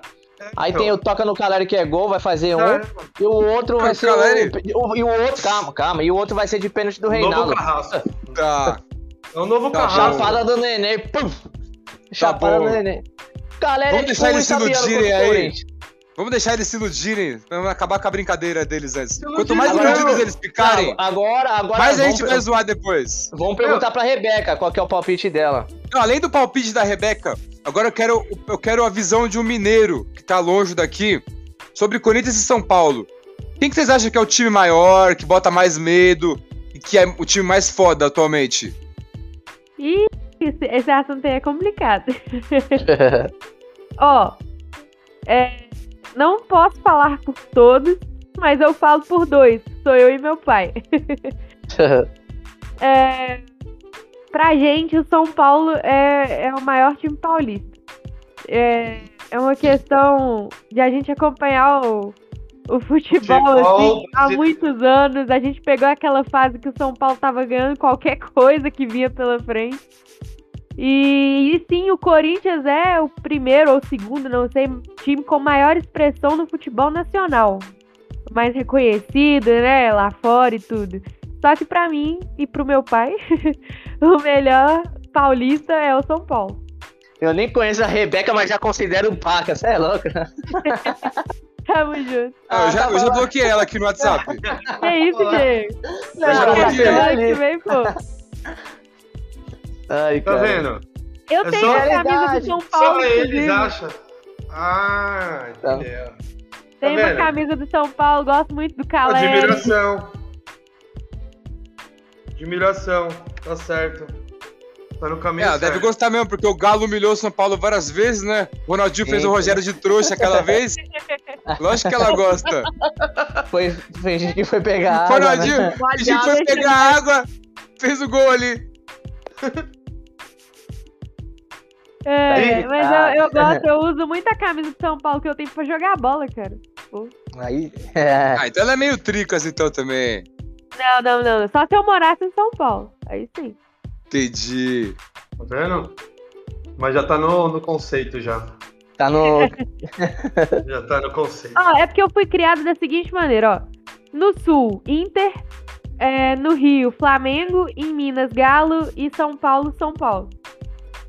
[SPEAKER 3] Aí tem
[SPEAKER 5] Então,
[SPEAKER 3] o toca no Caleri que é gol, vai fazer um.
[SPEAKER 5] Caramba.
[SPEAKER 3] E o outro
[SPEAKER 2] Cara,
[SPEAKER 3] vai ser. o-
[SPEAKER 2] Caleri?
[SPEAKER 3] o- e o outro. Calma, calma. E o outro vai ser de pênalti do
[SPEAKER 5] Novo
[SPEAKER 3] Reinaldo.
[SPEAKER 5] carrasco.
[SPEAKER 2] tá.
[SPEAKER 5] É
[SPEAKER 3] um
[SPEAKER 5] o novo
[SPEAKER 2] Tá
[SPEAKER 5] carrasco.
[SPEAKER 3] Chapada do Nenê. Pum! Chapada
[SPEAKER 2] bom.
[SPEAKER 3] do Nenê. Caleri
[SPEAKER 2] Vamos
[SPEAKER 3] é tipo
[SPEAKER 2] deixar eles
[SPEAKER 3] o
[SPEAKER 2] se
[SPEAKER 3] italiano
[SPEAKER 2] iludirem
[SPEAKER 3] contra o
[SPEAKER 2] aí.
[SPEAKER 3] Corinthians.
[SPEAKER 2] Vamos deixar eles se iludirem, vamos acabar com a brincadeira deles antes.
[SPEAKER 5] Iludido
[SPEAKER 2] Quanto mais
[SPEAKER 3] não.
[SPEAKER 2] iludidos eles ficarem,
[SPEAKER 3] Calma, Agora, agora.
[SPEAKER 2] mais a
[SPEAKER 3] vamos
[SPEAKER 2] gente
[SPEAKER 3] per-
[SPEAKER 2] vai zoar depois.
[SPEAKER 3] Vamos perguntar pra Rebeca qual que é o palpite dela.
[SPEAKER 2] Não, além do palpite da Rebeca, agora eu quero, eu quero a visão de um mineiro que tá longe daqui sobre Corinthians e São Paulo. Quem que vocês acham que é o time maior, que bota mais medo e que é o time mais foda atualmente?
[SPEAKER 1] Ih, esse, esse assunto aí é complicado. Ó, é, não posso falar por todos, mas eu falo por dois. Sou eu e meu pai. É, pra gente, o São Paulo é, é o maior time paulista. É, é uma questão de a gente acompanhar o, o futebol,
[SPEAKER 5] Futebol
[SPEAKER 1] assim, há
[SPEAKER 5] brasileiro.
[SPEAKER 1] muitos anos. A gente pegou aquela fase que o São Paulo tava ganhando qualquer coisa que vinha pela frente. E, e sim, o Corinthians é o primeiro ou segundo, não sei, time com maior expressão no futebol nacional. Mais reconhecido, né? Lá fora e tudo. Só que pra mim e pro meu pai, o melhor paulista é o São Paulo.
[SPEAKER 3] Eu nem conheço a Rebeca, mas já considero o Paca, você é louco.
[SPEAKER 1] Tamo junto.
[SPEAKER 2] Ah, eu, já, eu já bloqueei ela aqui no WhatsApp.
[SPEAKER 1] Que é isso, Diego?
[SPEAKER 2] Eu já
[SPEAKER 3] Não,
[SPEAKER 2] bloqueei.
[SPEAKER 3] não, não.
[SPEAKER 1] Ela que vem, pô.
[SPEAKER 3] Ai,
[SPEAKER 5] Tá
[SPEAKER 3] cara.
[SPEAKER 5] vendo?
[SPEAKER 1] Eu
[SPEAKER 5] É
[SPEAKER 1] tenho
[SPEAKER 5] só-
[SPEAKER 1] a camisa do São
[SPEAKER 5] Só
[SPEAKER 1] Paulo,
[SPEAKER 5] eles
[SPEAKER 1] inclusive.
[SPEAKER 5] acham. Ah,
[SPEAKER 3] Tá.
[SPEAKER 5] entendeu.
[SPEAKER 1] Tem uma
[SPEAKER 5] vendo?
[SPEAKER 1] camisa do São Paulo, gosto muito do
[SPEAKER 4] Tá
[SPEAKER 1] Calé.
[SPEAKER 5] Admiração. Admiração, tá certo. Tá no
[SPEAKER 2] É,
[SPEAKER 5] caminho
[SPEAKER 2] ela deve
[SPEAKER 5] certo.
[SPEAKER 2] gostar mesmo, porque o Galo humilhou o São Paulo várias vezes, né? O Ronaldinho fez o
[SPEAKER 3] Sim.
[SPEAKER 2] Rogério de trouxa aquela vez. Lógico que ela gosta.
[SPEAKER 3] Foi fingir que foi pegar
[SPEAKER 2] Foi
[SPEAKER 3] água,
[SPEAKER 2] Ronaldinho,
[SPEAKER 3] né?
[SPEAKER 2] a gente foi pegar a água, fez o gol ali.
[SPEAKER 1] É, mas
[SPEAKER 3] Ah.
[SPEAKER 1] eu, eu gosto, eu uso muita camisa do São Paulo que eu tenho pra jogar bola, cara.
[SPEAKER 3] Aí, é.
[SPEAKER 2] Ah, então ela é meio tricas então também.
[SPEAKER 1] Não, não, não. Só se eu morasse em São Paulo. Aí sim.
[SPEAKER 2] Entendi.
[SPEAKER 5] Tá vendo? Mas já tá no, no conceito já.
[SPEAKER 3] tá no...
[SPEAKER 5] Já tá no conceito.
[SPEAKER 1] Ó, é porque eu fui criado da seguinte maneira, ó. No Sul, Inter. é, no Rio, Flamengo. Em Minas, Galo. E São Paulo, São Paulo.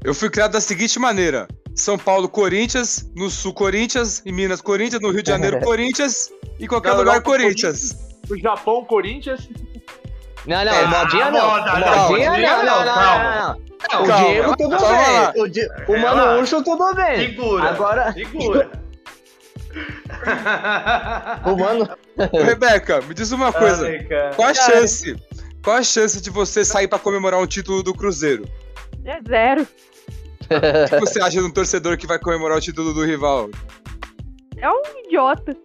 [SPEAKER 2] Eu fui criado da seguinte maneira: São Paulo, Corinthians, no Sul, Corinthians, em Minas, Corinthians, no Rio de Janeiro, Corinthians, e qualquer
[SPEAKER 4] Não,
[SPEAKER 2] lugar,
[SPEAKER 4] não,
[SPEAKER 2] Corinthians.
[SPEAKER 4] O Japão, Corinthians.
[SPEAKER 3] Não, não,
[SPEAKER 5] Ah,
[SPEAKER 3] modinha não.
[SPEAKER 5] moda,
[SPEAKER 3] Modinha
[SPEAKER 5] não, modinha
[SPEAKER 3] não, não,
[SPEAKER 5] não, calma.
[SPEAKER 3] não, não, não.
[SPEAKER 5] Não,
[SPEAKER 3] O
[SPEAKER 2] calma,
[SPEAKER 3] Diego é tudo
[SPEAKER 2] calma lá.
[SPEAKER 3] bem. O, Di... o
[SPEAKER 5] É
[SPEAKER 3] Mano
[SPEAKER 5] lá.
[SPEAKER 3] Urso tudo bem.
[SPEAKER 5] Segura.
[SPEAKER 3] Agora-
[SPEAKER 5] Segura.
[SPEAKER 3] O Mano...
[SPEAKER 2] Rebeca, me diz uma coisa:
[SPEAKER 5] Ai, cara.
[SPEAKER 2] qual a
[SPEAKER 1] Cara.
[SPEAKER 2] chance? Qual a chance de você sair pra comemorar um título do Cruzeiro?
[SPEAKER 1] É zero.
[SPEAKER 2] O que você acha de um torcedor que vai comemorar o título do rival?
[SPEAKER 1] Idiota.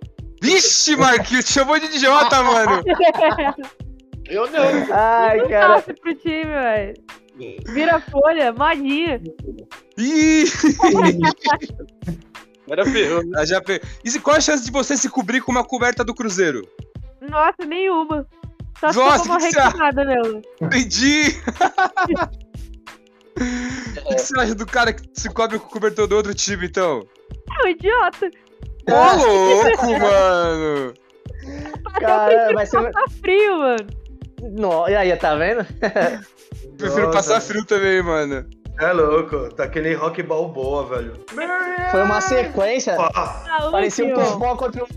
[SPEAKER 2] Vixe, Marquinhos, te chamou de idiota, mano!
[SPEAKER 4] Eu não.
[SPEAKER 3] Ai, cara.
[SPEAKER 1] Torce pro time, velho. Vira folha, modinha.
[SPEAKER 2] Ih,
[SPEAKER 4] Era ferrou. né?
[SPEAKER 2] ela já pe- E se- qual a chance de você se cobrir com uma coberta do Cruzeiro?
[SPEAKER 1] Nossa, nenhuma. Só se
[SPEAKER 2] Nossa,
[SPEAKER 1] eu
[SPEAKER 2] que
[SPEAKER 1] for né, morrer
[SPEAKER 2] que você acha?
[SPEAKER 1] queimada nela.
[SPEAKER 2] Entendi! O que você acha do cara que se cobre com o cobertor do outro time, então?
[SPEAKER 1] É um idiota.
[SPEAKER 2] Ô, louco, mano!
[SPEAKER 3] Cara, vai ser...
[SPEAKER 1] Tá frio, mano.
[SPEAKER 3] Não, e aí, tá vendo?
[SPEAKER 2] Prefiro
[SPEAKER 5] Nossa.
[SPEAKER 2] passar frio também, mano.
[SPEAKER 5] É louco. Tá que nem rock balboa, velho.
[SPEAKER 3] Foi uma sequência.
[SPEAKER 5] Ó,
[SPEAKER 1] Saúde,
[SPEAKER 3] Parecia um
[SPEAKER 1] ó.
[SPEAKER 3] futebol contra um...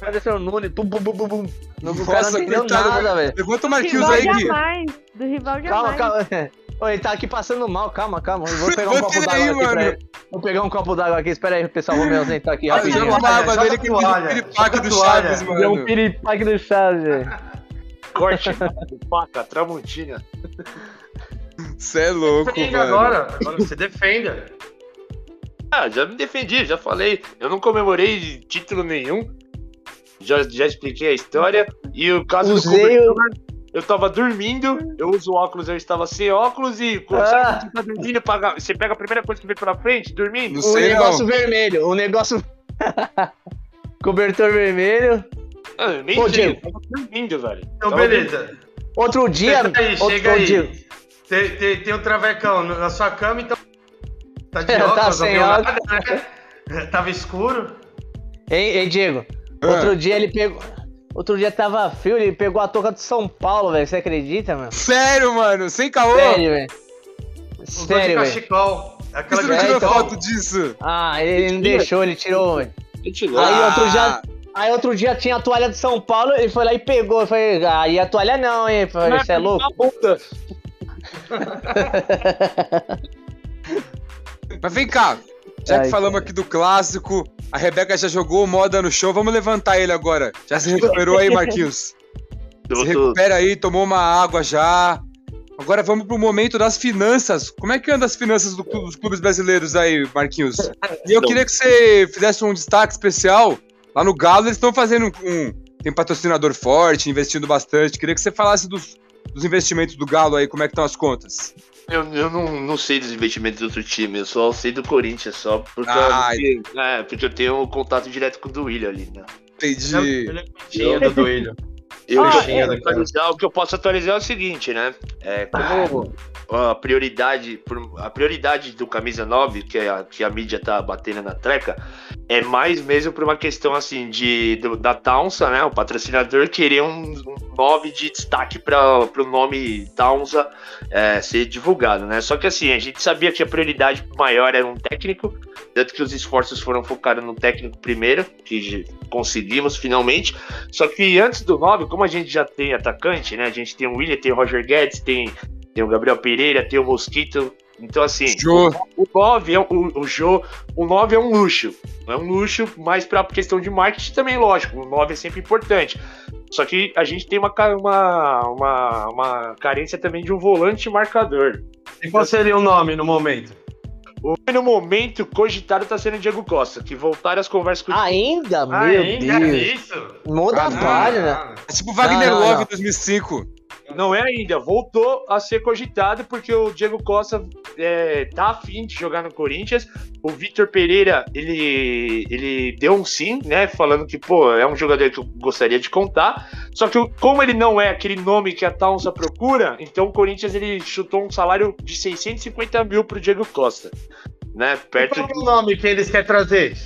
[SPEAKER 3] Parecia o Nune. Bum, bum, bum, bum, bum. O cara
[SPEAKER 2] Nossa,
[SPEAKER 3] não entendeu
[SPEAKER 2] coitado,
[SPEAKER 3] nada, velho.
[SPEAKER 2] né? Levanta o
[SPEAKER 1] Do
[SPEAKER 2] Marquinhos
[SPEAKER 1] rival
[SPEAKER 2] aí, Gui.
[SPEAKER 1] jamais. Do rival
[SPEAKER 3] Calma,
[SPEAKER 1] jamais.
[SPEAKER 3] calma. Ô, ele tá aqui passando mal, calma, calma. Eu vou pegar um
[SPEAKER 2] Vou
[SPEAKER 3] copo
[SPEAKER 2] pegar
[SPEAKER 3] d'água
[SPEAKER 2] aí,
[SPEAKER 3] aqui pra
[SPEAKER 2] mano.
[SPEAKER 3] ele. Vou pegar um copo d'água aqui, espera aí, pessoal, vou me ausentar aqui
[SPEAKER 2] Ah,
[SPEAKER 3] rapidinho.
[SPEAKER 2] joga uma água
[SPEAKER 5] Joga
[SPEAKER 2] dele que ele vira um
[SPEAKER 5] toalha,
[SPEAKER 2] piripaque
[SPEAKER 5] joga
[SPEAKER 2] do
[SPEAKER 5] toalha.
[SPEAKER 2] Chaves,
[SPEAKER 3] Deu um
[SPEAKER 2] mano.
[SPEAKER 5] tá
[SPEAKER 3] piripaque do Chaves, velho.
[SPEAKER 4] Corte, faca, tramontina.
[SPEAKER 2] Você é louco,
[SPEAKER 5] defenda
[SPEAKER 2] mano.
[SPEAKER 5] agora. Agora você defenda.
[SPEAKER 4] Ah, já me defendi, já falei. Eu não comemorei título nenhum. Já, já expliquei a história. E o caso
[SPEAKER 3] Usei
[SPEAKER 4] do
[SPEAKER 3] o-
[SPEAKER 4] cobertor, eu tava dormindo, eu uso óculos, eu estava sem óculos e quando você
[SPEAKER 3] Ah,
[SPEAKER 4] tá dormindo, paga- você pega a primeira coisa que vem pela frente, dormindo.
[SPEAKER 2] Não
[SPEAKER 3] o
[SPEAKER 2] sei, não.
[SPEAKER 3] negócio vermelho, o negócio. Cobertor vermelho.
[SPEAKER 4] Ah, eu nem
[SPEAKER 3] Pô,
[SPEAKER 4] sei,
[SPEAKER 3] Diego.
[SPEAKER 4] eu tava dormindo, velho.
[SPEAKER 5] Então,
[SPEAKER 4] Tava
[SPEAKER 5] beleza.
[SPEAKER 3] Outro dia.
[SPEAKER 5] Chega aí,
[SPEAKER 3] outro,
[SPEAKER 5] chega
[SPEAKER 3] outro dia-
[SPEAKER 5] aí. Tem, tem, tem um travecão na sua cama, então. Tá de
[SPEAKER 3] É, tá
[SPEAKER 5] óculos, não
[SPEAKER 3] sem
[SPEAKER 5] viu
[SPEAKER 3] óculos.
[SPEAKER 5] nada, né? Tava escuro.
[SPEAKER 3] Hein, hein, Diego?
[SPEAKER 2] Ah,
[SPEAKER 3] Outro dia ele pegou. Outro dia tava frio, ele pegou a touca de São Paulo, velho. Você acredita, mano?
[SPEAKER 2] Sério, mano, sem caô.
[SPEAKER 3] Sério, velho.
[SPEAKER 5] Os dois de
[SPEAKER 3] Sério, velho.
[SPEAKER 5] cachecol.
[SPEAKER 2] Por que
[SPEAKER 5] Aquela
[SPEAKER 2] Você não
[SPEAKER 3] É,
[SPEAKER 2] tirou
[SPEAKER 3] então.
[SPEAKER 2] foto disso.
[SPEAKER 3] Ah, ele não deixou, ele tirou, velho.
[SPEAKER 4] dormindo. Gente louca.
[SPEAKER 3] Aí outro
[SPEAKER 2] Ah.
[SPEAKER 3] dia. Aí outro dia tinha a toalha de São Paulo, ele foi lá e pegou. Eu falei, ah, e a toalha não, hein? Eu Falei,
[SPEAKER 4] Mas
[SPEAKER 3] você é louco?
[SPEAKER 4] uma bunda.
[SPEAKER 2] Mas vem cá, já que
[SPEAKER 3] Ai,
[SPEAKER 2] falamos
[SPEAKER 3] cara.
[SPEAKER 2] aqui do clássico, a Rebeca já jogou o moda no show, vamos levantar ele agora. Já se recuperou aí, Marquinhos? Se
[SPEAKER 4] Eu tô-
[SPEAKER 2] recupera aí, tomou uma água já. Agora vamos pro momento das finanças. Como é que anda as finanças do clu- dos clubes brasileiros aí, Marquinhos? E eu
[SPEAKER 4] Não.
[SPEAKER 2] queria que você fizesse um destaque especial. Lá no Galo eles estão fazendo um, um- Tem patrocinador forte, investindo bastante. Queria que você falasse dos, dos investimentos do Galo aí, como é que estão as contas.
[SPEAKER 4] Eu, eu não, não sei dos investimentos do outro time, eu só sei do Corinthians, só porque,
[SPEAKER 2] Ah,
[SPEAKER 4] eu, é, porque eu tenho um contato direto com o do William ali, né?
[SPEAKER 2] Entendi.
[SPEAKER 5] Tinha do Duílio.
[SPEAKER 4] Eu
[SPEAKER 1] Ah,
[SPEAKER 4] tinha
[SPEAKER 5] é.
[SPEAKER 4] que atualizar, o que eu posso atualizar é o seguinte, né? É, como a prioridade, por- a prioridade do camisa 9, que a, que a mídia tá batendo na treca, é mais mesmo por uma questão assim de do- da Taunsa, né? O patrocinador querer um, um 9 de destaque para o nome Taunsa é, ser divulgado, né? Só que assim, a gente sabia que a prioridade maior era um técnico. Tanto que os esforços foram focados no técnico primeiro, que j- conseguimos finalmente. Só que antes do 9, como a gente já tem atacante, né? A gente tem o William, tem o Roger Guedes, tem, tem o Gabriel Pereira, tem o Mosquito. Então, assim,
[SPEAKER 2] Jô,
[SPEAKER 4] o 9 é um- o, o Jô, o 9 é um luxo. É um luxo, mas pra questão de marketing também, lógico. O 9 é sempre importante. Só que a gente tem uma, ca- uma, uma, uma carência também de um volante marcador.
[SPEAKER 5] E qual seria o nome no momento?
[SPEAKER 4] O- No momento, cogitado tá sendo o Diego Costa, que voltaram as conversas com o
[SPEAKER 3] Ainda,
[SPEAKER 5] Ah,
[SPEAKER 3] meu
[SPEAKER 5] Ainda Ah,
[SPEAKER 3] Deus.
[SPEAKER 5] é
[SPEAKER 3] né?
[SPEAKER 5] isso?
[SPEAKER 3] Muda a
[SPEAKER 2] Caralho.
[SPEAKER 3] página.
[SPEAKER 2] é tipo Wagner
[SPEAKER 3] Não, não,
[SPEAKER 2] Love
[SPEAKER 3] não.
[SPEAKER 2] em 2005.
[SPEAKER 4] Não é ainda, voltou a ser cogitado porque o Diego Costa é, tá afim de jogar no Corinthians. O Vitor Pereira, ele, ele deu um sim, né? Falando que, pô, é um jogador que eu gostaria de contar. Só que, como ele não é aquele nome que a Taunsa procura, então o Corinthians ele chutou um salário de 650 mil pro Diego Costa, né?
[SPEAKER 5] E
[SPEAKER 4] Perto
[SPEAKER 5] qual
[SPEAKER 4] de.
[SPEAKER 5] é o nome que eles querem trazer?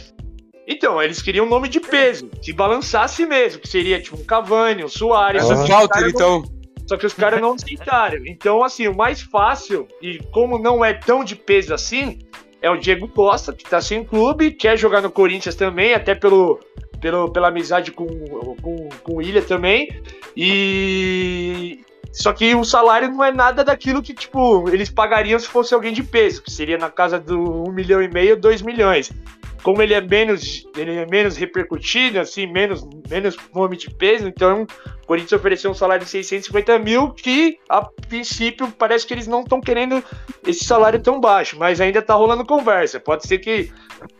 [SPEAKER 4] Então, eles queriam um nome de peso, que balançasse mesmo, que seria tipo um Cavani, um Soares.
[SPEAKER 3] Ah.
[SPEAKER 4] só que os
[SPEAKER 2] É, Walter,
[SPEAKER 4] caras não
[SPEAKER 2] então.
[SPEAKER 4] só que os caras não aceitaram. Então, assim, o mais fácil, e como não é tão de peso assim, é o Diego Costa, que tá sem clube, quer jogar no Corinthians também, até pelo, pelo, pela amizade com, com, com o Ilha também. E. Só que o salário não é nada daquilo que, tipo, eles pagariam se fosse alguém de peso, que seria na casa do 1 milhão e meio, 2 milhões. Como ele é menos, ele é menos repercutido, assim, menos, menos nome de peso, então o Corinthians ofereceu um salário de 650 mil, que a princípio parece que eles não estão querendo esse salário tão baixo, mas ainda tá rolando conversa. Pode ser que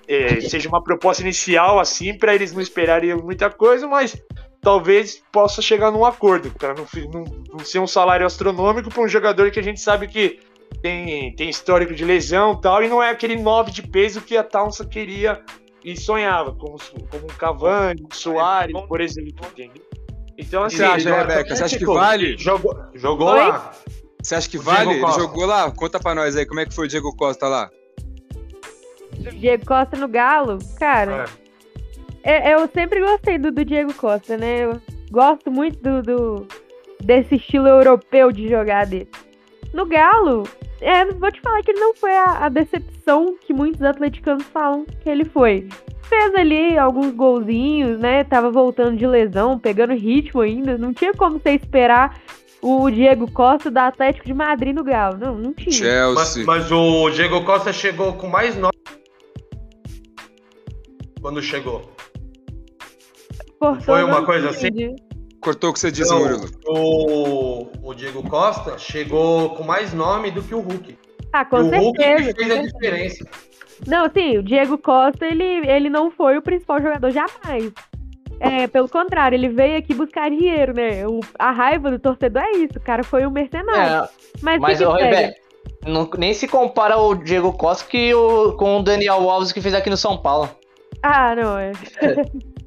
[SPEAKER 4] eh, seja uma proposta inicial, assim, para eles não esperarem muita coisa, mas talvez possa chegar num acordo, para não, fi- não- não ser um salário astronômico para um jogador que a gente sabe que tem, tem histórico de lesão e tal, e não é aquele 9 de peso que a Townsend queria e sonhava, como, como um Cavani, um Soares, por exemplo. entendeu? Então,
[SPEAKER 2] O que
[SPEAKER 4] assim,
[SPEAKER 2] você acha,
[SPEAKER 4] eu-
[SPEAKER 2] Rebeca? Você acha que vale?
[SPEAKER 5] Jogou, jogou
[SPEAKER 1] Oi?
[SPEAKER 5] lá?
[SPEAKER 2] Você acha que
[SPEAKER 5] O
[SPEAKER 2] vale?
[SPEAKER 5] Diego
[SPEAKER 2] Ele
[SPEAKER 5] Costa.
[SPEAKER 2] jogou lá? Conta pra nós aí, como é que foi o Diego Costa lá?
[SPEAKER 1] Diego Costa no Galo, cara. é- eu sempre gostei do, do Diego Costa, né? Eu gosto muito do, do- desse estilo europeu de jogar dele. No Galo, é, vou te falar que ele não foi a, a decepção que muitos atleticanos falam que ele foi. Fez ali alguns golzinhos, né? Tava voltando de lesão, pegando ritmo ainda. Não tinha como você esperar o Diego Costa do Atlético de Madrid no Galo. Não, não tinha.
[SPEAKER 5] Mas,
[SPEAKER 2] Chelsea.
[SPEAKER 5] mas o Diego Costa chegou com mais nove. Quando chegou.
[SPEAKER 1] Portão
[SPEAKER 5] foi uma
[SPEAKER 1] não
[SPEAKER 5] coisa assim?
[SPEAKER 1] tinha de-
[SPEAKER 2] Cortou o que você disse,
[SPEAKER 5] Então,
[SPEAKER 2] Murilo.
[SPEAKER 5] o, o Diego Costa chegou com mais nome do que o Hulk.
[SPEAKER 1] Ah,
[SPEAKER 5] E
[SPEAKER 1] com
[SPEAKER 5] o Hulk
[SPEAKER 1] certeza.
[SPEAKER 5] que fez a diferença.
[SPEAKER 1] Não, sim, o Diego Costa, ele, ele não foi o principal jogador jamais. É, pelo contrário, ele veio aqui buscar dinheiro, né? O- a raiva do torcedor é isso, o cara foi um mercenário.
[SPEAKER 3] É,
[SPEAKER 1] mas
[SPEAKER 3] mas,
[SPEAKER 1] o
[SPEAKER 3] ô,
[SPEAKER 1] que que pega?
[SPEAKER 3] Rebeca, não- nem se compara o Diego Costa que o, com o Daniel Alves que fez aqui no São Paulo.
[SPEAKER 1] Ah, não, é.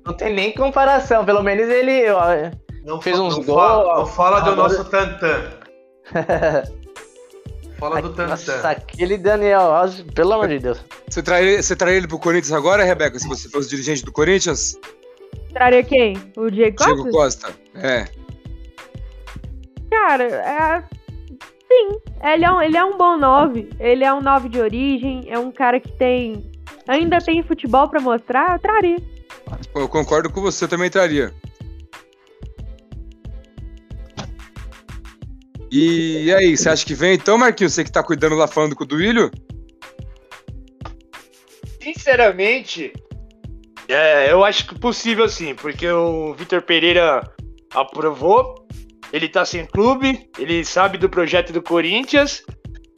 [SPEAKER 3] Não tem nem comparação. Pelo menos ele. ó,
[SPEAKER 5] Não
[SPEAKER 3] Fez
[SPEAKER 5] fa-
[SPEAKER 3] uns
[SPEAKER 5] não
[SPEAKER 3] gol,
[SPEAKER 5] Fala,
[SPEAKER 3] ó.
[SPEAKER 5] não fala do
[SPEAKER 3] Agora-
[SPEAKER 5] nosso Tantan. Fala do
[SPEAKER 3] Nossa,
[SPEAKER 5] Tantan.
[SPEAKER 3] aquele Daniel Alves, pelo amor de Deus.
[SPEAKER 2] Você traria, você traria ele pro Corinthians agora, Rebeca? Se você fosse dirigente do Corinthians?
[SPEAKER 1] Traria quem? O Diego Costa?
[SPEAKER 2] Diego Costa. É.
[SPEAKER 1] Cara, é... sim, ele é, um, ele é um bom nove. Ele é um nove de origem, é um cara que tem... Ainda tem futebol pra mostrar, eu traria.
[SPEAKER 2] Eu concordo com você, eu também traria. E aí, você acha que vem então, Marquinhos? Você que tá cuidando lá falando com o Duílio?
[SPEAKER 4] Sinceramente, é, eu acho que possível sim, porque o Vitor Pereira aprovou, ele tá sem clube, ele sabe do projeto do Corinthians,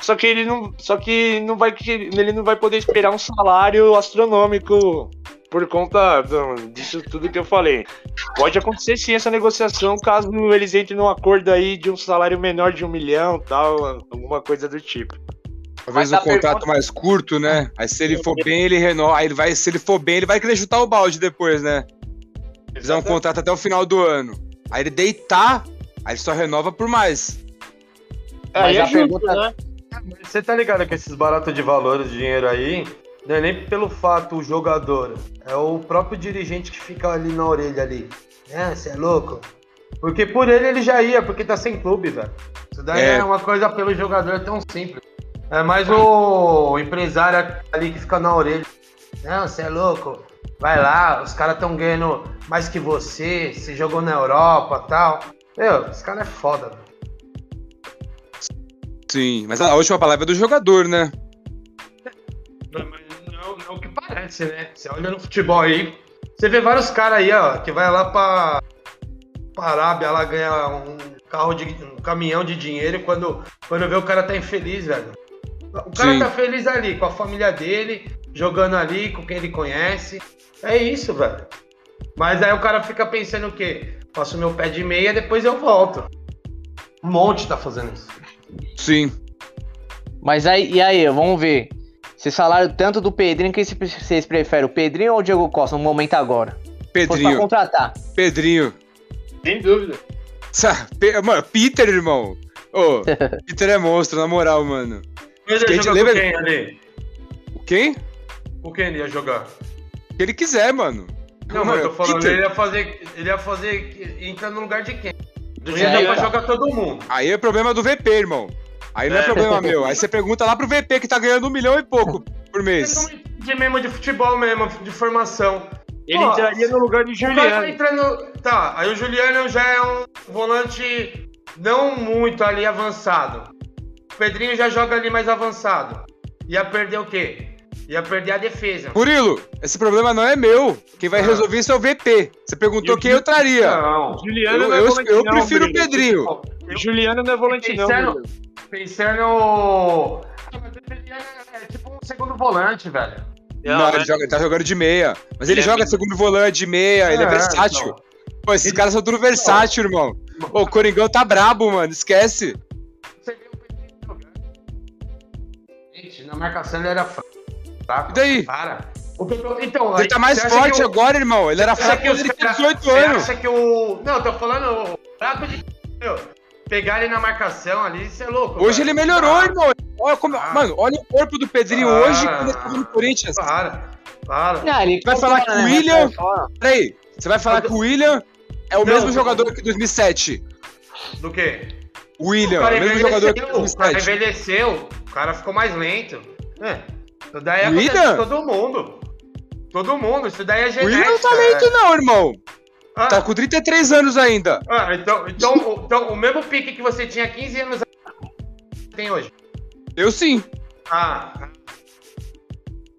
[SPEAKER 4] só que ele não, só que não vai, que- ele não vai poder esperar um salário astronômico por conta do- disso tudo que eu falei. Pode acontecer sim essa negociação caso eles entrem num acordo aí de um salário menor de um milhão, tal, alguma coisa do tipo.
[SPEAKER 2] Talvez um
[SPEAKER 3] Mas a
[SPEAKER 2] contrato
[SPEAKER 3] pergunta- Ah.
[SPEAKER 2] mais curto, né? Aí se ele for bem, ele renova. Aí ele vai, se ele for bem, ele vai querer chutar o balde depois, né?
[SPEAKER 3] é
[SPEAKER 2] Fizer um contrato até o final do ano. Aí ele deitar, aí ele só renova por mais.
[SPEAKER 3] Mas
[SPEAKER 4] Aí é
[SPEAKER 3] a
[SPEAKER 4] justo,
[SPEAKER 3] pergunta-
[SPEAKER 4] né?
[SPEAKER 5] Você tá ligado que esses baratos de valor, de dinheiro aí, não é nem pelo fato o jogador, é o próprio dirigente que fica ali na orelha ali. É, você é louco? Porque por ele ele já ia, porque tá sem clube, velho. Isso daí
[SPEAKER 2] É.
[SPEAKER 5] é. uma coisa É pelo jogador tão simples. É mais o empresário ali que fica na orelha. Não, você é louco. Vai lá, os caras estão ganhando mais que você, se jogou na Europa tal. Meu, esse cara é foda. velho.
[SPEAKER 2] Sim, mas a última palavra é do jogador, né?
[SPEAKER 5] Não, mas não, não é o que parece, né? Você olha no futebol aí, você vê vários caras aí, ó, que vai lá pra, pra Arábia lá ganha um carro de. um caminhão de dinheiro e quando, quando vê o cara tá infeliz, velho. O cara
[SPEAKER 2] Sim.
[SPEAKER 5] tá feliz ali, com a família dele, jogando ali, com quem ele conhece. É isso, velho. Mas aí o cara fica pensando o quê? Faço meu pé de meia, depois eu volto. Um monte tá fazendo isso.
[SPEAKER 2] Sim.
[SPEAKER 3] Mas aí, e aí, vamos ver. Vocês falaram tanto do Pedrinho, quem vocês preferem, o Pedrinho ou o Diego Costa no momento agora? Se fosse pra
[SPEAKER 2] Pedrinho.
[SPEAKER 3] contratar.
[SPEAKER 2] Pedrinho.
[SPEAKER 4] Sem dúvida.
[SPEAKER 2] Sa- Pe- Mano, Peter, irmão. Ô, Peter é monstro, na moral, mano.
[SPEAKER 5] Ele
[SPEAKER 2] Skate,
[SPEAKER 5] ia jogar
[SPEAKER 2] lembra-
[SPEAKER 5] com quem ali?
[SPEAKER 2] Quem?
[SPEAKER 5] Com quem ele ia jogar?
[SPEAKER 2] Que ele quiser, mano.
[SPEAKER 5] Não, mas eu tô falando,
[SPEAKER 2] Peter.
[SPEAKER 5] ele ia fazer. Ele ia fazer. Entra no lugar de quem? Do
[SPEAKER 3] Já
[SPEAKER 5] jeito que
[SPEAKER 3] ia.
[SPEAKER 5] vai jogar todo mundo.
[SPEAKER 2] Aí é problema do VP, irmão. Aí não é,
[SPEAKER 4] É.
[SPEAKER 2] problema meu. Aí você pergunta lá pro VP que tá ganhando um milhão e pouco por mês.
[SPEAKER 5] é De mesmo de futebol mesmo, de formação.
[SPEAKER 4] Ele
[SPEAKER 5] Ó,
[SPEAKER 4] entraria no lugar de
[SPEAKER 5] O cara tá
[SPEAKER 4] Juliano.
[SPEAKER 5] entrando. Tá, aí o Juliano já é um volante não muito ali avançado. O Pedrinho já joga ali mais avançado. Ia perder o quê? Ia perder a defesa.
[SPEAKER 2] Murilo, esse problema não é meu. Quem vai
[SPEAKER 5] Ah.
[SPEAKER 2] resolver isso é o VP. Você perguntou
[SPEAKER 4] E o
[SPEAKER 2] quem
[SPEAKER 5] tá
[SPEAKER 2] eu traria.
[SPEAKER 5] Não.
[SPEAKER 4] Juliano
[SPEAKER 2] Eu,
[SPEAKER 4] não é
[SPEAKER 2] eu-
[SPEAKER 4] volante,
[SPEAKER 2] eu
[SPEAKER 4] não,
[SPEAKER 2] prefiro o
[SPEAKER 4] Murilo.
[SPEAKER 2] Pedrinho.
[SPEAKER 4] Juliano não é volante, não.
[SPEAKER 5] Sincero?
[SPEAKER 4] Murilo.
[SPEAKER 5] Pensando. Ah, mas o Juliano é tipo um segundo volante, velho.
[SPEAKER 2] Não,
[SPEAKER 5] é.
[SPEAKER 2] ele, joga- ele tá jogando de meia. Mas ele,
[SPEAKER 4] Ele é
[SPEAKER 2] joga
[SPEAKER 4] meia.
[SPEAKER 2] segundo volante, de meia, ele é
[SPEAKER 5] Ah,
[SPEAKER 2] versátil.
[SPEAKER 5] então.
[SPEAKER 2] Pô, esses caras são tudo versátil, irmão. Ô, o Coringão tá brabo, mano. Esquece.
[SPEAKER 5] Você viu o Pedrinho jogando. Gente, na marcação ele era fraco. Fraco.
[SPEAKER 2] E daí?
[SPEAKER 5] Para. O Pedro- Então,
[SPEAKER 2] Ele
[SPEAKER 5] aí,
[SPEAKER 2] tá mais
[SPEAKER 5] você acha
[SPEAKER 2] forte
[SPEAKER 5] que o-
[SPEAKER 2] agora, irmão. Ele era
[SPEAKER 5] Será
[SPEAKER 2] fraco
[SPEAKER 5] que os
[SPEAKER 2] quando ele tinha
[SPEAKER 5] caras-
[SPEAKER 2] 18
[SPEAKER 5] você
[SPEAKER 2] anos.
[SPEAKER 5] acha que o. Não, tô falando, o fraco de. Meu, pegar ele na marcação ali, isso é louco.
[SPEAKER 2] Hoje
[SPEAKER 5] velho.
[SPEAKER 2] ele melhorou,
[SPEAKER 5] Para,
[SPEAKER 2] irmão. Olha como-
[SPEAKER 5] Ah.
[SPEAKER 2] Mano, olha o corpo do Pedrinho
[SPEAKER 5] Ah.
[SPEAKER 2] hoje quando ele tava no Corinthians.
[SPEAKER 5] Para, para.
[SPEAKER 3] Não, ele
[SPEAKER 2] Vai falar
[SPEAKER 3] concorda,
[SPEAKER 2] com o
[SPEAKER 3] né?
[SPEAKER 2] William?
[SPEAKER 3] Concorda.
[SPEAKER 2] Peraí, você vai falar que o William é o
[SPEAKER 5] Não,
[SPEAKER 2] mesmo
[SPEAKER 5] não.
[SPEAKER 2] jogador que 2007.
[SPEAKER 5] Do quê?
[SPEAKER 2] O William,
[SPEAKER 5] é
[SPEAKER 2] o mesmo jogador que
[SPEAKER 5] o cara é
[SPEAKER 2] 2007.
[SPEAKER 5] envelheceu, o cara ficou mais lento. É. Isso daí
[SPEAKER 2] William?
[SPEAKER 5] acontece com todo mundo. Todo mundo, isso daí é
[SPEAKER 2] O
[SPEAKER 5] genética.
[SPEAKER 2] William não tá lento, não, irmão.
[SPEAKER 5] Ah,
[SPEAKER 2] Tá com 33 anos ainda.
[SPEAKER 5] ah, então, então, o- então, o mesmo pique que você tinha 15 anos atrás, tem hoje.
[SPEAKER 2] Eu sim.
[SPEAKER 5] Ah,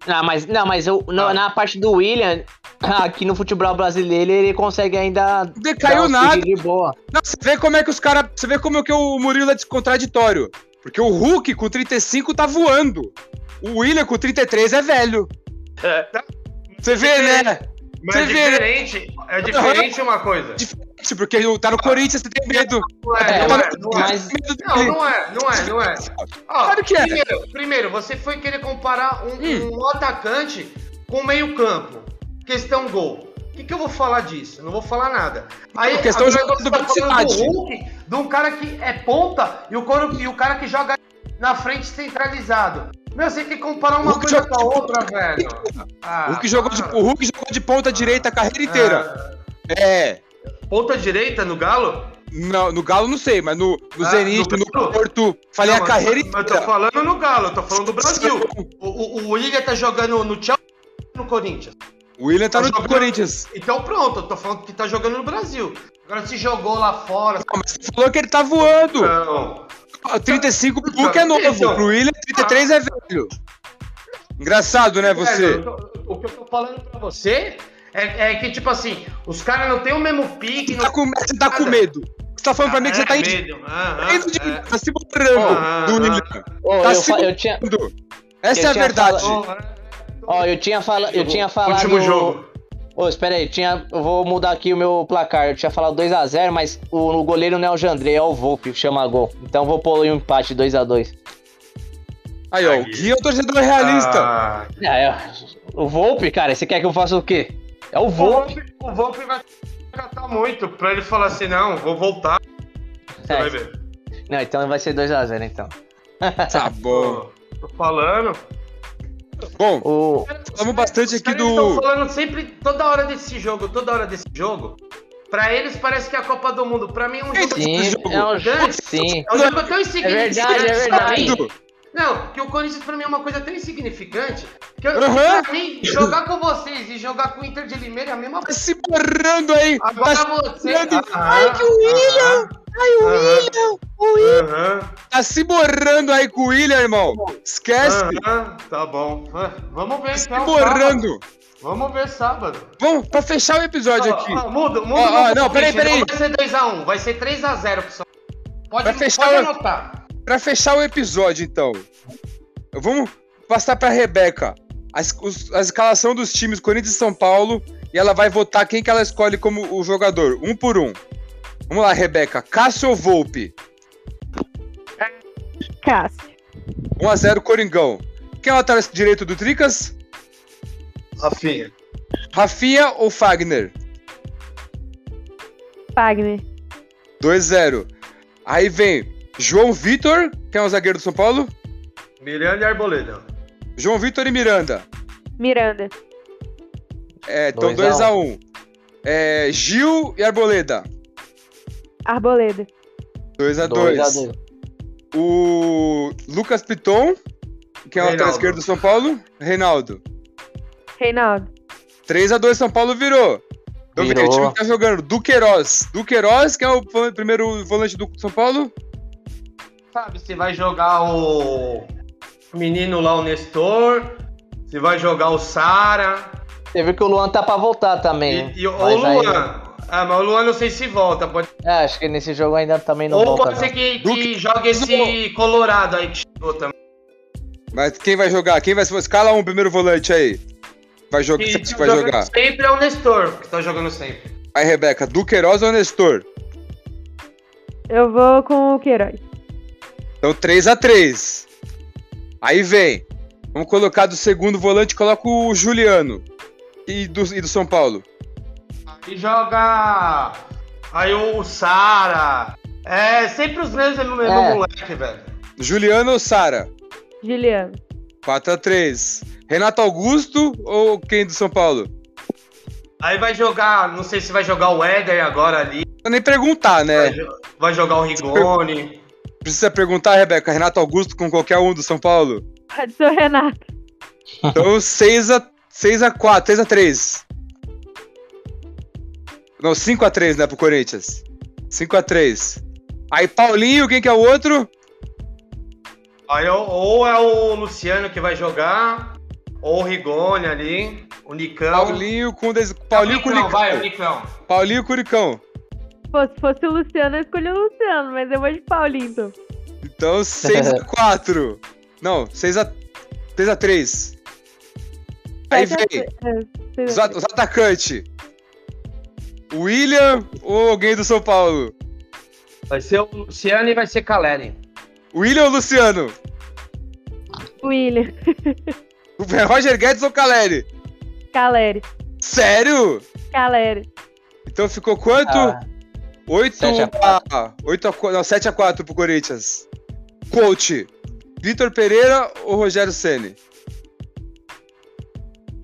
[SPEAKER 3] Não, mas, não, mas eu, no-
[SPEAKER 5] Ah.
[SPEAKER 3] na parte do William, aqui no futebol brasileiro, ele consegue ainda.
[SPEAKER 2] Decaiu
[SPEAKER 3] dar uns
[SPEAKER 2] nada.
[SPEAKER 3] pedidos De boa.
[SPEAKER 2] Não, você vê como é que os caras. Você vê como é que o Murilo é descontraditório. Porque o Hulk com 35 tá voando. O William com 33 é tá, velho.
[SPEAKER 4] É.
[SPEAKER 2] Você vê, né?
[SPEAKER 5] mas
[SPEAKER 2] Você
[SPEAKER 5] é
[SPEAKER 2] vê, né? É,
[SPEAKER 5] diferente. É diferente uma coisa.
[SPEAKER 2] Porque tá no
[SPEAKER 5] Ah.
[SPEAKER 2] Corinthians, você tem medo.
[SPEAKER 5] Não é,
[SPEAKER 3] É,
[SPEAKER 5] não é,
[SPEAKER 2] tá no-
[SPEAKER 5] não é.
[SPEAKER 3] mas-
[SPEAKER 2] medo dele.
[SPEAKER 5] Não, não é, não é, não é. Ó,
[SPEAKER 2] Claro que é.
[SPEAKER 5] primeiro, primeiro, você foi querer comparar um,
[SPEAKER 2] Hum.
[SPEAKER 5] um atacante com meio campo. Questão gol. O que, que eu vou falar disso? Não vou falar nada. Aí
[SPEAKER 2] Não, questão
[SPEAKER 5] agora
[SPEAKER 2] jogo
[SPEAKER 5] você
[SPEAKER 2] de
[SPEAKER 5] tá falando do
[SPEAKER 2] velocidade.
[SPEAKER 5] Hulk, de um cara que é ponta e o, coro- e o cara que joga na frente centralizado. Meu, você quer comparar uma
[SPEAKER 2] Hulk
[SPEAKER 5] coisa
[SPEAKER 2] joga
[SPEAKER 5] com a
[SPEAKER 2] de
[SPEAKER 5] outra, velho? Ah,
[SPEAKER 2] O Hulk, jogou de, o Hulk jogou de ponta direita a carreira inteira.
[SPEAKER 5] ah,
[SPEAKER 2] É.
[SPEAKER 5] ponta direita no Galo?
[SPEAKER 2] Não, no Galo não sei, mas no, no
[SPEAKER 5] Ah,
[SPEAKER 2] Zenit,
[SPEAKER 5] no
[SPEAKER 2] no
[SPEAKER 5] Galo?
[SPEAKER 2] Porto. Falei
[SPEAKER 5] Não,
[SPEAKER 2] a
[SPEAKER 5] mas-
[SPEAKER 2] carreira
[SPEAKER 5] Mas eu tô
[SPEAKER 2] inteira.
[SPEAKER 5] falando no Galo, eu tô falando do Brasil. O, o, o William tá jogando no Chelsea e no Corinthians.
[SPEAKER 2] O William tá
[SPEAKER 5] Tá
[SPEAKER 2] no
[SPEAKER 5] jogando-
[SPEAKER 2] Corinthians.
[SPEAKER 5] Então pronto, eu tô falando que tá jogando no Brasil. Agora se jogou lá fora.
[SPEAKER 2] Não, mas você falou que ele tá voando.
[SPEAKER 5] Não.
[SPEAKER 2] 35 pro Hulk é novo.
[SPEAKER 5] Ah, Então.
[SPEAKER 2] Pro William, 33 é velho. Engraçado, né, você?
[SPEAKER 5] Velho, eu tô- o que eu tô falando pra você é, é que, tipo assim, os caras não tem o mesmo pique.
[SPEAKER 2] Você
[SPEAKER 5] Não...
[SPEAKER 2] tá com, você tá com medo. Você tá falando pra mim que você tá
[SPEAKER 5] É,
[SPEAKER 2] em.
[SPEAKER 5] medo. Aham,
[SPEAKER 2] Indo de,
[SPEAKER 5] é.
[SPEAKER 2] tá se mostrando
[SPEAKER 5] Ah,
[SPEAKER 2] do
[SPEAKER 5] ah,
[SPEAKER 2] William.
[SPEAKER 3] Ô,
[SPEAKER 2] Tá
[SPEAKER 3] eu, fa-
[SPEAKER 2] segurando.
[SPEAKER 3] eu tinha,
[SPEAKER 2] Essa
[SPEAKER 3] Eu
[SPEAKER 2] é a
[SPEAKER 3] tinha
[SPEAKER 2] verdade.
[SPEAKER 3] falado- ó, eu tinha, fala, eu tinha falado.
[SPEAKER 5] Último jogo.
[SPEAKER 3] Ô, espera aí, tinha, eu vou mudar aqui o meu placar. Eu tinha falado 2x0, mas o, o goleiro não é o Jandrei, é o Volpe, que chama gol. Então eu vou pôr um empate 2x2.
[SPEAKER 2] Aí, ó, o Gui é o torcedor realista.
[SPEAKER 5] Ah,
[SPEAKER 3] Ah, é, o Volpe, cara, você quer que eu faça o quê? É o
[SPEAKER 5] o
[SPEAKER 3] Volpe.
[SPEAKER 5] Volpe- o Volpe vai catar muito pra ele falar assim: não, vou voltar. Você vai
[SPEAKER 3] É,
[SPEAKER 5] ver.
[SPEAKER 3] não, então vai ser 2x0, então.
[SPEAKER 2] Tá bom.
[SPEAKER 5] Tô falando. Tá
[SPEAKER 2] Bom,
[SPEAKER 3] O,
[SPEAKER 2] falamos bastante
[SPEAKER 5] Os
[SPEAKER 2] aqui
[SPEAKER 5] caras estão
[SPEAKER 2] do.
[SPEAKER 5] falando sempre, toda hora desse jogo, toda hora desse jogo. Pra eles parece que é a Copa do
[SPEAKER 2] Então,
[SPEAKER 5] Mundo. Pra mim é um jogo
[SPEAKER 2] Esse
[SPEAKER 3] sim,
[SPEAKER 2] jogo.
[SPEAKER 3] é um jogo,
[SPEAKER 5] Gigante.
[SPEAKER 3] sim.
[SPEAKER 5] É um jogo tão insignificante.
[SPEAKER 3] É verdade, é verdade.
[SPEAKER 5] sabe? Não, que o Corinthians pra mim é uma coisa tão insignificante que eu,
[SPEAKER 2] Aham.
[SPEAKER 5] pra mim, jogar com vocês e jogar com o Inter de Limeira é a mesma
[SPEAKER 2] Tá
[SPEAKER 5] coisa.
[SPEAKER 2] se borrando aí.
[SPEAKER 5] Agora
[SPEAKER 2] Tá,
[SPEAKER 5] você.
[SPEAKER 2] grande-
[SPEAKER 5] Ah,
[SPEAKER 2] Ai, que o
[SPEAKER 5] ah,
[SPEAKER 2] William! Ai, o
[SPEAKER 5] Aham.
[SPEAKER 2] William! O William!
[SPEAKER 4] ah,
[SPEAKER 5] Aham,
[SPEAKER 2] Tá se borrando aí com o William, irmão. Esquece.
[SPEAKER 5] aham, tá bom. Ah, Vamos ver
[SPEAKER 2] Tá se
[SPEAKER 5] então, sábado.
[SPEAKER 2] borrando.
[SPEAKER 5] Vamos ver sábado.
[SPEAKER 2] Vamos, pra fechar o episódio aqui.
[SPEAKER 5] Ó, ó, muda, muda.
[SPEAKER 2] Ó, ó,
[SPEAKER 5] muda
[SPEAKER 2] não,
[SPEAKER 5] o
[SPEAKER 2] peraí,
[SPEAKER 5] palpite.
[SPEAKER 2] peraí.
[SPEAKER 5] Não vai ser 2x1, vai ser 3x0 pro São Paulo. Pode,
[SPEAKER 2] Vai fechar
[SPEAKER 5] pode
[SPEAKER 2] o-
[SPEAKER 5] anotar.
[SPEAKER 2] Pra fechar o episódio, então. Vamos passar pra Rebeca. A, es- os- a escalação dos times Corinthians e São Paulo. E ela vai votar quem que ela escolhe como o jogador. Um por um. Vamos lá, Rebeca. Cássio ou Volpe?
[SPEAKER 1] Cássio.
[SPEAKER 2] 1x0 Coringão. Quem é o lateral direito do Tricas?
[SPEAKER 5] ah, Rafinha.
[SPEAKER 2] Rafinha ou Fagner?
[SPEAKER 1] Fagner.
[SPEAKER 2] 2-0. Aí vem João Vitor, que é o zagueiro do São Paulo.
[SPEAKER 5] Miranda e Arboleda.
[SPEAKER 2] João Vitor e Miranda.
[SPEAKER 1] Miranda.
[SPEAKER 2] É, então
[SPEAKER 3] Dois a
[SPEAKER 2] 2x1. Um. É, Gil e Arboleda.
[SPEAKER 1] Arboleda.
[SPEAKER 2] 2x2. O Lucas Piton, que é o lateral
[SPEAKER 5] Reinaldo.
[SPEAKER 2] esquerdo do São Paulo. Reinaldo.
[SPEAKER 1] Reinaldo.
[SPEAKER 2] 3x2, São Paulo virou. Então vem,
[SPEAKER 3] Virou.
[SPEAKER 2] o time que tá jogando. Duqueiroz. Duqueiroz, que é o vo- primeiro volante do São Paulo.
[SPEAKER 5] Sabe se vai jogar o menino lá, o Nestor, se vai jogar o Sara
[SPEAKER 3] Você viu que o Luan tá pra voltar também.
[SPEAKER 5] e, e- ou o
[SPEAKER 3] mas aí-
[SPEAKER 5] Luan. Ah, mas o Luan não sei se volta. Pode...
[SPEAKER 3] É, acho que nesse jogo ainda também não
[SPEAKER 5] Ou
[SPEAKER 3] volta.
[SPEAKER 5] pode
[SPEAKER 3] não.
[SPEAKER 5] ser que,
[SPEAKER 2] Do
[SPEAKER 5] que jogue esse Colorado aí que chegou também.
[SPEAKER 2] Mas quem vai jogar? Quem vai escala um primeiro volante aí? Vai jogar?
[SPEAKER 5] Que,
[SPEAKER 2] Você
[SPEAKER 5] que
[SPEAKER 2] vai
[SPEAKER 5] jogando
[SPEAKER 2] jogar?
[SPEAKER 5] Sempre é o Nestor que tá jogando sempre.
[SPEAKER 2] Aí, Rebeca, Duqueiroz ou Nestor?
[SPEAKER 1] Eu vou com o Queiroz.
[SPEAKER 2] Então 3x3. Aí vem. Vamos colocar do segundo volante, coloca o Juliano. E do, e do São Paulo.
[SPEAKER 5] E joga aí o, o Sara. É sempre os mesmos, é o mesmo
[SPEAKER 3] É.
[SPEAKER 5] moleque, velho.
[SPEAKER 2] Juliano ou Sara?
[SPEAKER 1] Juliano.
[SPEAKER 2] 4x3. Renato Augusto ou quem do São Paulo?
[SPEAKER 5] Aí vai jogar, não sei se vai jogar o Éder agora ali,
[SPEAKER 2] Não nem perguntar,
[SPEAKER 3] É.
[SPEAKER 2] né?
[SPEAKER 5] vai jogar o Rigoni.
[SPEAKER 2] Precisa perguntar, Rebeca. Renato Augusto com qualquer um do São Paulo?
[SPEAKER 1] Pode ser o Renato.
[SPEAKER 2] Então 6x4, 6x3. Não, 5x3, né, pro Corinthians. 5x3. Aí Paulinho, quem que é o outro?
[SPEAKER 5] Aí, ou- ou é o Luciano que vai jogar, ou o Rigoni ali, o Nicão.
[SPEAKER 2] Paulinho com des... Paulinho com
[SPEAKER 5] Nicão, vai, o
[SPEAKER 2] Nicão.
[SPEAKER 5] Nicão.
[SPEAKER 2] Paulinho com Nicão.
[SPEAKER 1] Pô, se fosse o Luciano, eu escolhi o Luciano, mas eu vou de Paulinho, então.
[SPEAKER 2] Então 6x4. Não, 6x3. A... 3 Aí
[SPEAKER 1] Sete a
[SPEAKER 2] vem
[SPEAKER 1] três. É,
[SPEAKER 2] os,
[SPEAKER 1] seis a
[SPEAKER 2] at-
[SPEAKER 1] três.
[SPEAKER 2] os atacantes. William ou alguém do São Paulo?
[SPEAKER 5] Vai ser o Luciano e vai ser Caleri.
[SPEAKER 2] William ou Luciano?
[SPEAKER 1] William.
[SPEAKER 2] O Roger Guedes ou Caleri?
[SPEAKER 1] Caleri.
[SPEAKER 2] Sério?
[SPEAKER 1] Caleri.
[SPEAKER 2] Então ficou quanto?
[SPEAKER 3] Ah,
[SPEAKER 2] 8
[SPEAKER 3] Sete a
[SPEAKER 2] a 8 a 4, não, 7 a 4 pro Corinthians. Coach, Vitor Pereira ou Rogério Ceni?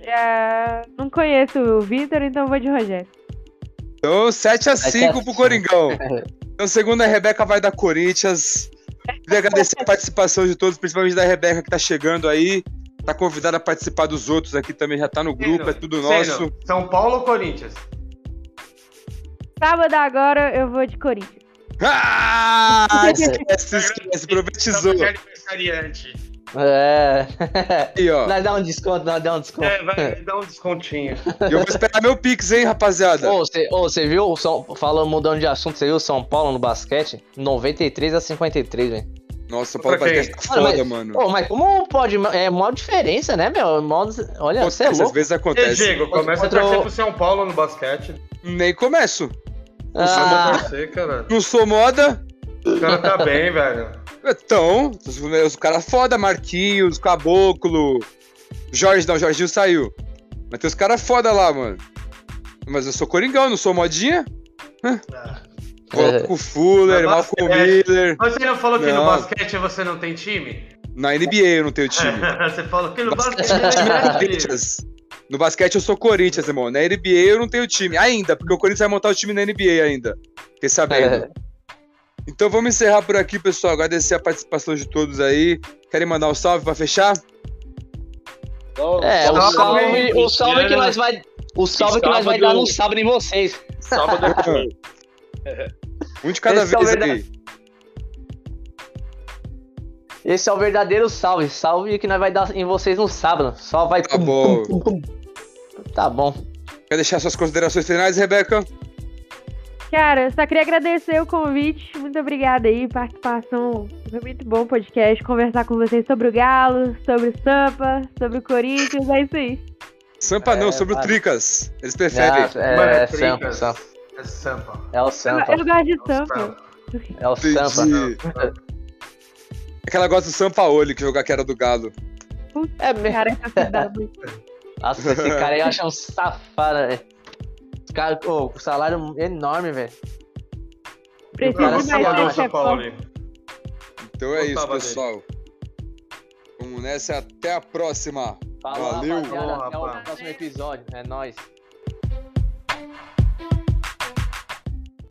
[SPEAKER 1] É, não conheço o Vitor, então eu vou de Rogério.
[SPEAKER 2] Então 7 a
[SPEAKER 3] 7 a
[SPEAKER 2] 5 pro
[SPEAKER 3] cinco.
[SPEAKER 2] Coringão. Então segundo a Rebeca vai da Corinthians. Queria agradecer a participação de todos, principalmente da Rebeca que tá chegando aí. Tá convidada a participar dos outros aqui também, já tá no grupo, é tudo nosso.
[SPEAKER 5] São Paulo ou Corinthians?
[SPEAKER 1] Sábado agora eu vou de Corinthians.
[SPEAKER 2] Ah, esquece, esquece, profetizou.
[SPEAKER 5] Estamos de é aniversariante.
[SPEAKER 3] é.
[SPEAKER 2] Aí, ó.
[SPEAKER 3] Nós dá um desconto, nós dá um desconto.
[SPEAKER 5] É, vai dar um descontinho.
[SPEAKER 2] E eu vou esperar meu Pix, hein, rapaziada.
[SPEAKER 3] Ô, você viu, o São, falando, mudando de assunto, você viu o São Paulo no basquete? 93 a 53, velho.
[SPEAKER 2] Nossa, São Paulo
[SPEAKER 5] pra quem?
[SPEAKER 2] Basquete tá foda,
[SPEAKER 3] mas,
[SPEAKER 2] mano.
[SPEAKER 3] Ô, mas como pode. É maior diferença, né, meu? Mó des- olha, você é
[SPEAKER 2] Acontece, às
[SPEAKER 3] louco.
[SPEAKER 2] vezes
[SPEAKER 5] E aí,
[SPEAKER 2] acontece.
[SPEAKER 5] Diego, começa a
[SPEAKER 3] Contra o-
[SPEAKER 5] torcer pro São Paulo no basquete.
[SPEAKER 2] Nem começo.
[SPEAKER 5] Ah.
[SPEAKER 3] Ah,
[SPEAKER 5] torcer, cara.
[SPEAKER 2] Não sou moda.
[SPEAKER 5] O cara tá bem, velho.
[SPEAKER 2] Então, os, os caras foda, Marquinhos, Caboclo, Jorge, não, Jorginho saiu. Mas tem os caras foda lá, mano. Mas eu sou coringão, não sou modinha.
[SPEAKER 3] É.
[SPEAKER 2] Coloco o Fuller,
[SPEAKER 5] Mas
[SPEAKER 2] Malcolm
[SPEAKER 5] basquete.
[SPEAKER 2] Miller.
[SPEAKER 5] Mas Você é. não falou que
[SPEAKER 2] Não.
[SPEAKER 5] no basquete você não tem time?
[SPEAKER 2] Na NBA eu não tenho time.
[SPEAKER 5] você falou que no basquete
[SPEAKER 2] Meu time é
[SPEAKER 5] não tem time.
[SPEAKER 2] Corinthians. No basquete eu sou Corinthians, irmão. Na NBA
[SPEAKER 3] É.
[SPEAKER 2] eu não tenho time. Ainda, porque o Corinthians vai montar o time na NBA ainda. Fiquei sabendo. Então vamos encerrar por aqui, pessoal. Agradecer a participação de todos aí. Querem mandar um salve pra fechar?
[SPEAKER 4] Então,
[SPEAKER 3] É, o
[SPEAKER 5] Salve,
[SPEAKER 3] salve, o salve que nós vai. O salve que nós vai dar
[SPEAKER 4] Sábado.
[SPEAKER 3] no sábado em vocês.
[SPEAKER 4] Sábado é comigo.
[SPEAKER 2] Um de cada
[SPEAKER 3] Esse é o
[SPEAKER 2] vez
[SPEAKER 3] verdade-
[SPEAKER 2] aqui.
[SPEAKER 3] Esse é o verdadeiro salve. Salve que nós vai dar em vocês no sábado. Só vai.
[SPEAKER 2] Tá bom.
[SPEAKER 3] Tá bom.
[SPEAKER 2] Quer deixar suas considerações finais, Rebeca?
[SPEAKER 1] Cara, eu só queria agradecer o convite. Muito obrigada aí, participação. Foi muito bom o podcast, conversar com vocês sobre o Galo, sobre o Sampa, sobre o Corinthians, é isso aí.
[SPEAKER 2] Sampa não,
[SPEAKER 3] É,
[SPEAKER 2] sobre o
[SPEAKER 3] vale.
[SPEAKER 2] Tricas. Eles preferem.
[SPEAKER 3] Ah, é,
[SPEAKER 5] Mano,
[SPEAKER 3] é Sampa,
[SPEAKER 5] Tricas.
[SPEAKER 3] Sampa.
[SPEAKER 5] É Sampa.
[SPEAKER 3] É o
[SPEAKER 1] Eu,
[SPEAKER 3] Sampa.
[SPEAKER 1] eu gosto de Sampa.
[SPEAKER 5] Sampa.
[SPEAKER 3] É o Sampa.
[SPEAKER 2] Entendi. É que ela gosta do Sampaoli, que jogar que era do Galo.
[SPEAKER 3] É mesmo.
[SPEAKER 1] Cara, essa cidade.
[SPEAKER 3] Nossa, esse cara aí eu acho um safado, velho. Esse Cara, ô, com salário é enorme, velho.
[SPEAKER 1] Preciso
[SPEAKER 5] Cara,
[SPEAKER 1] mais é
[SPEAKER 3] Parece que
[SPEAKER 5] Salvador,
[SPEAKER 1] ser
[SPEAKER 5] São
[SPEAKER 1] chefão.
[SPEAKER 5] Paulo.
[SPEAKER 2] Então é isso,
[SPEAKER 5] Gostava dele.
[SPEAKER 2] pessoal. Vamos nessa e até a próxima.
[SPEAKER 3] Falou,
[SPEAKER 2] Valeu.
[SPEAKER 3] rapaziada. Até o
[SPEAKER 5] Boa, rapaz.
[SPEAKER 3] próximo episódio. É nóis.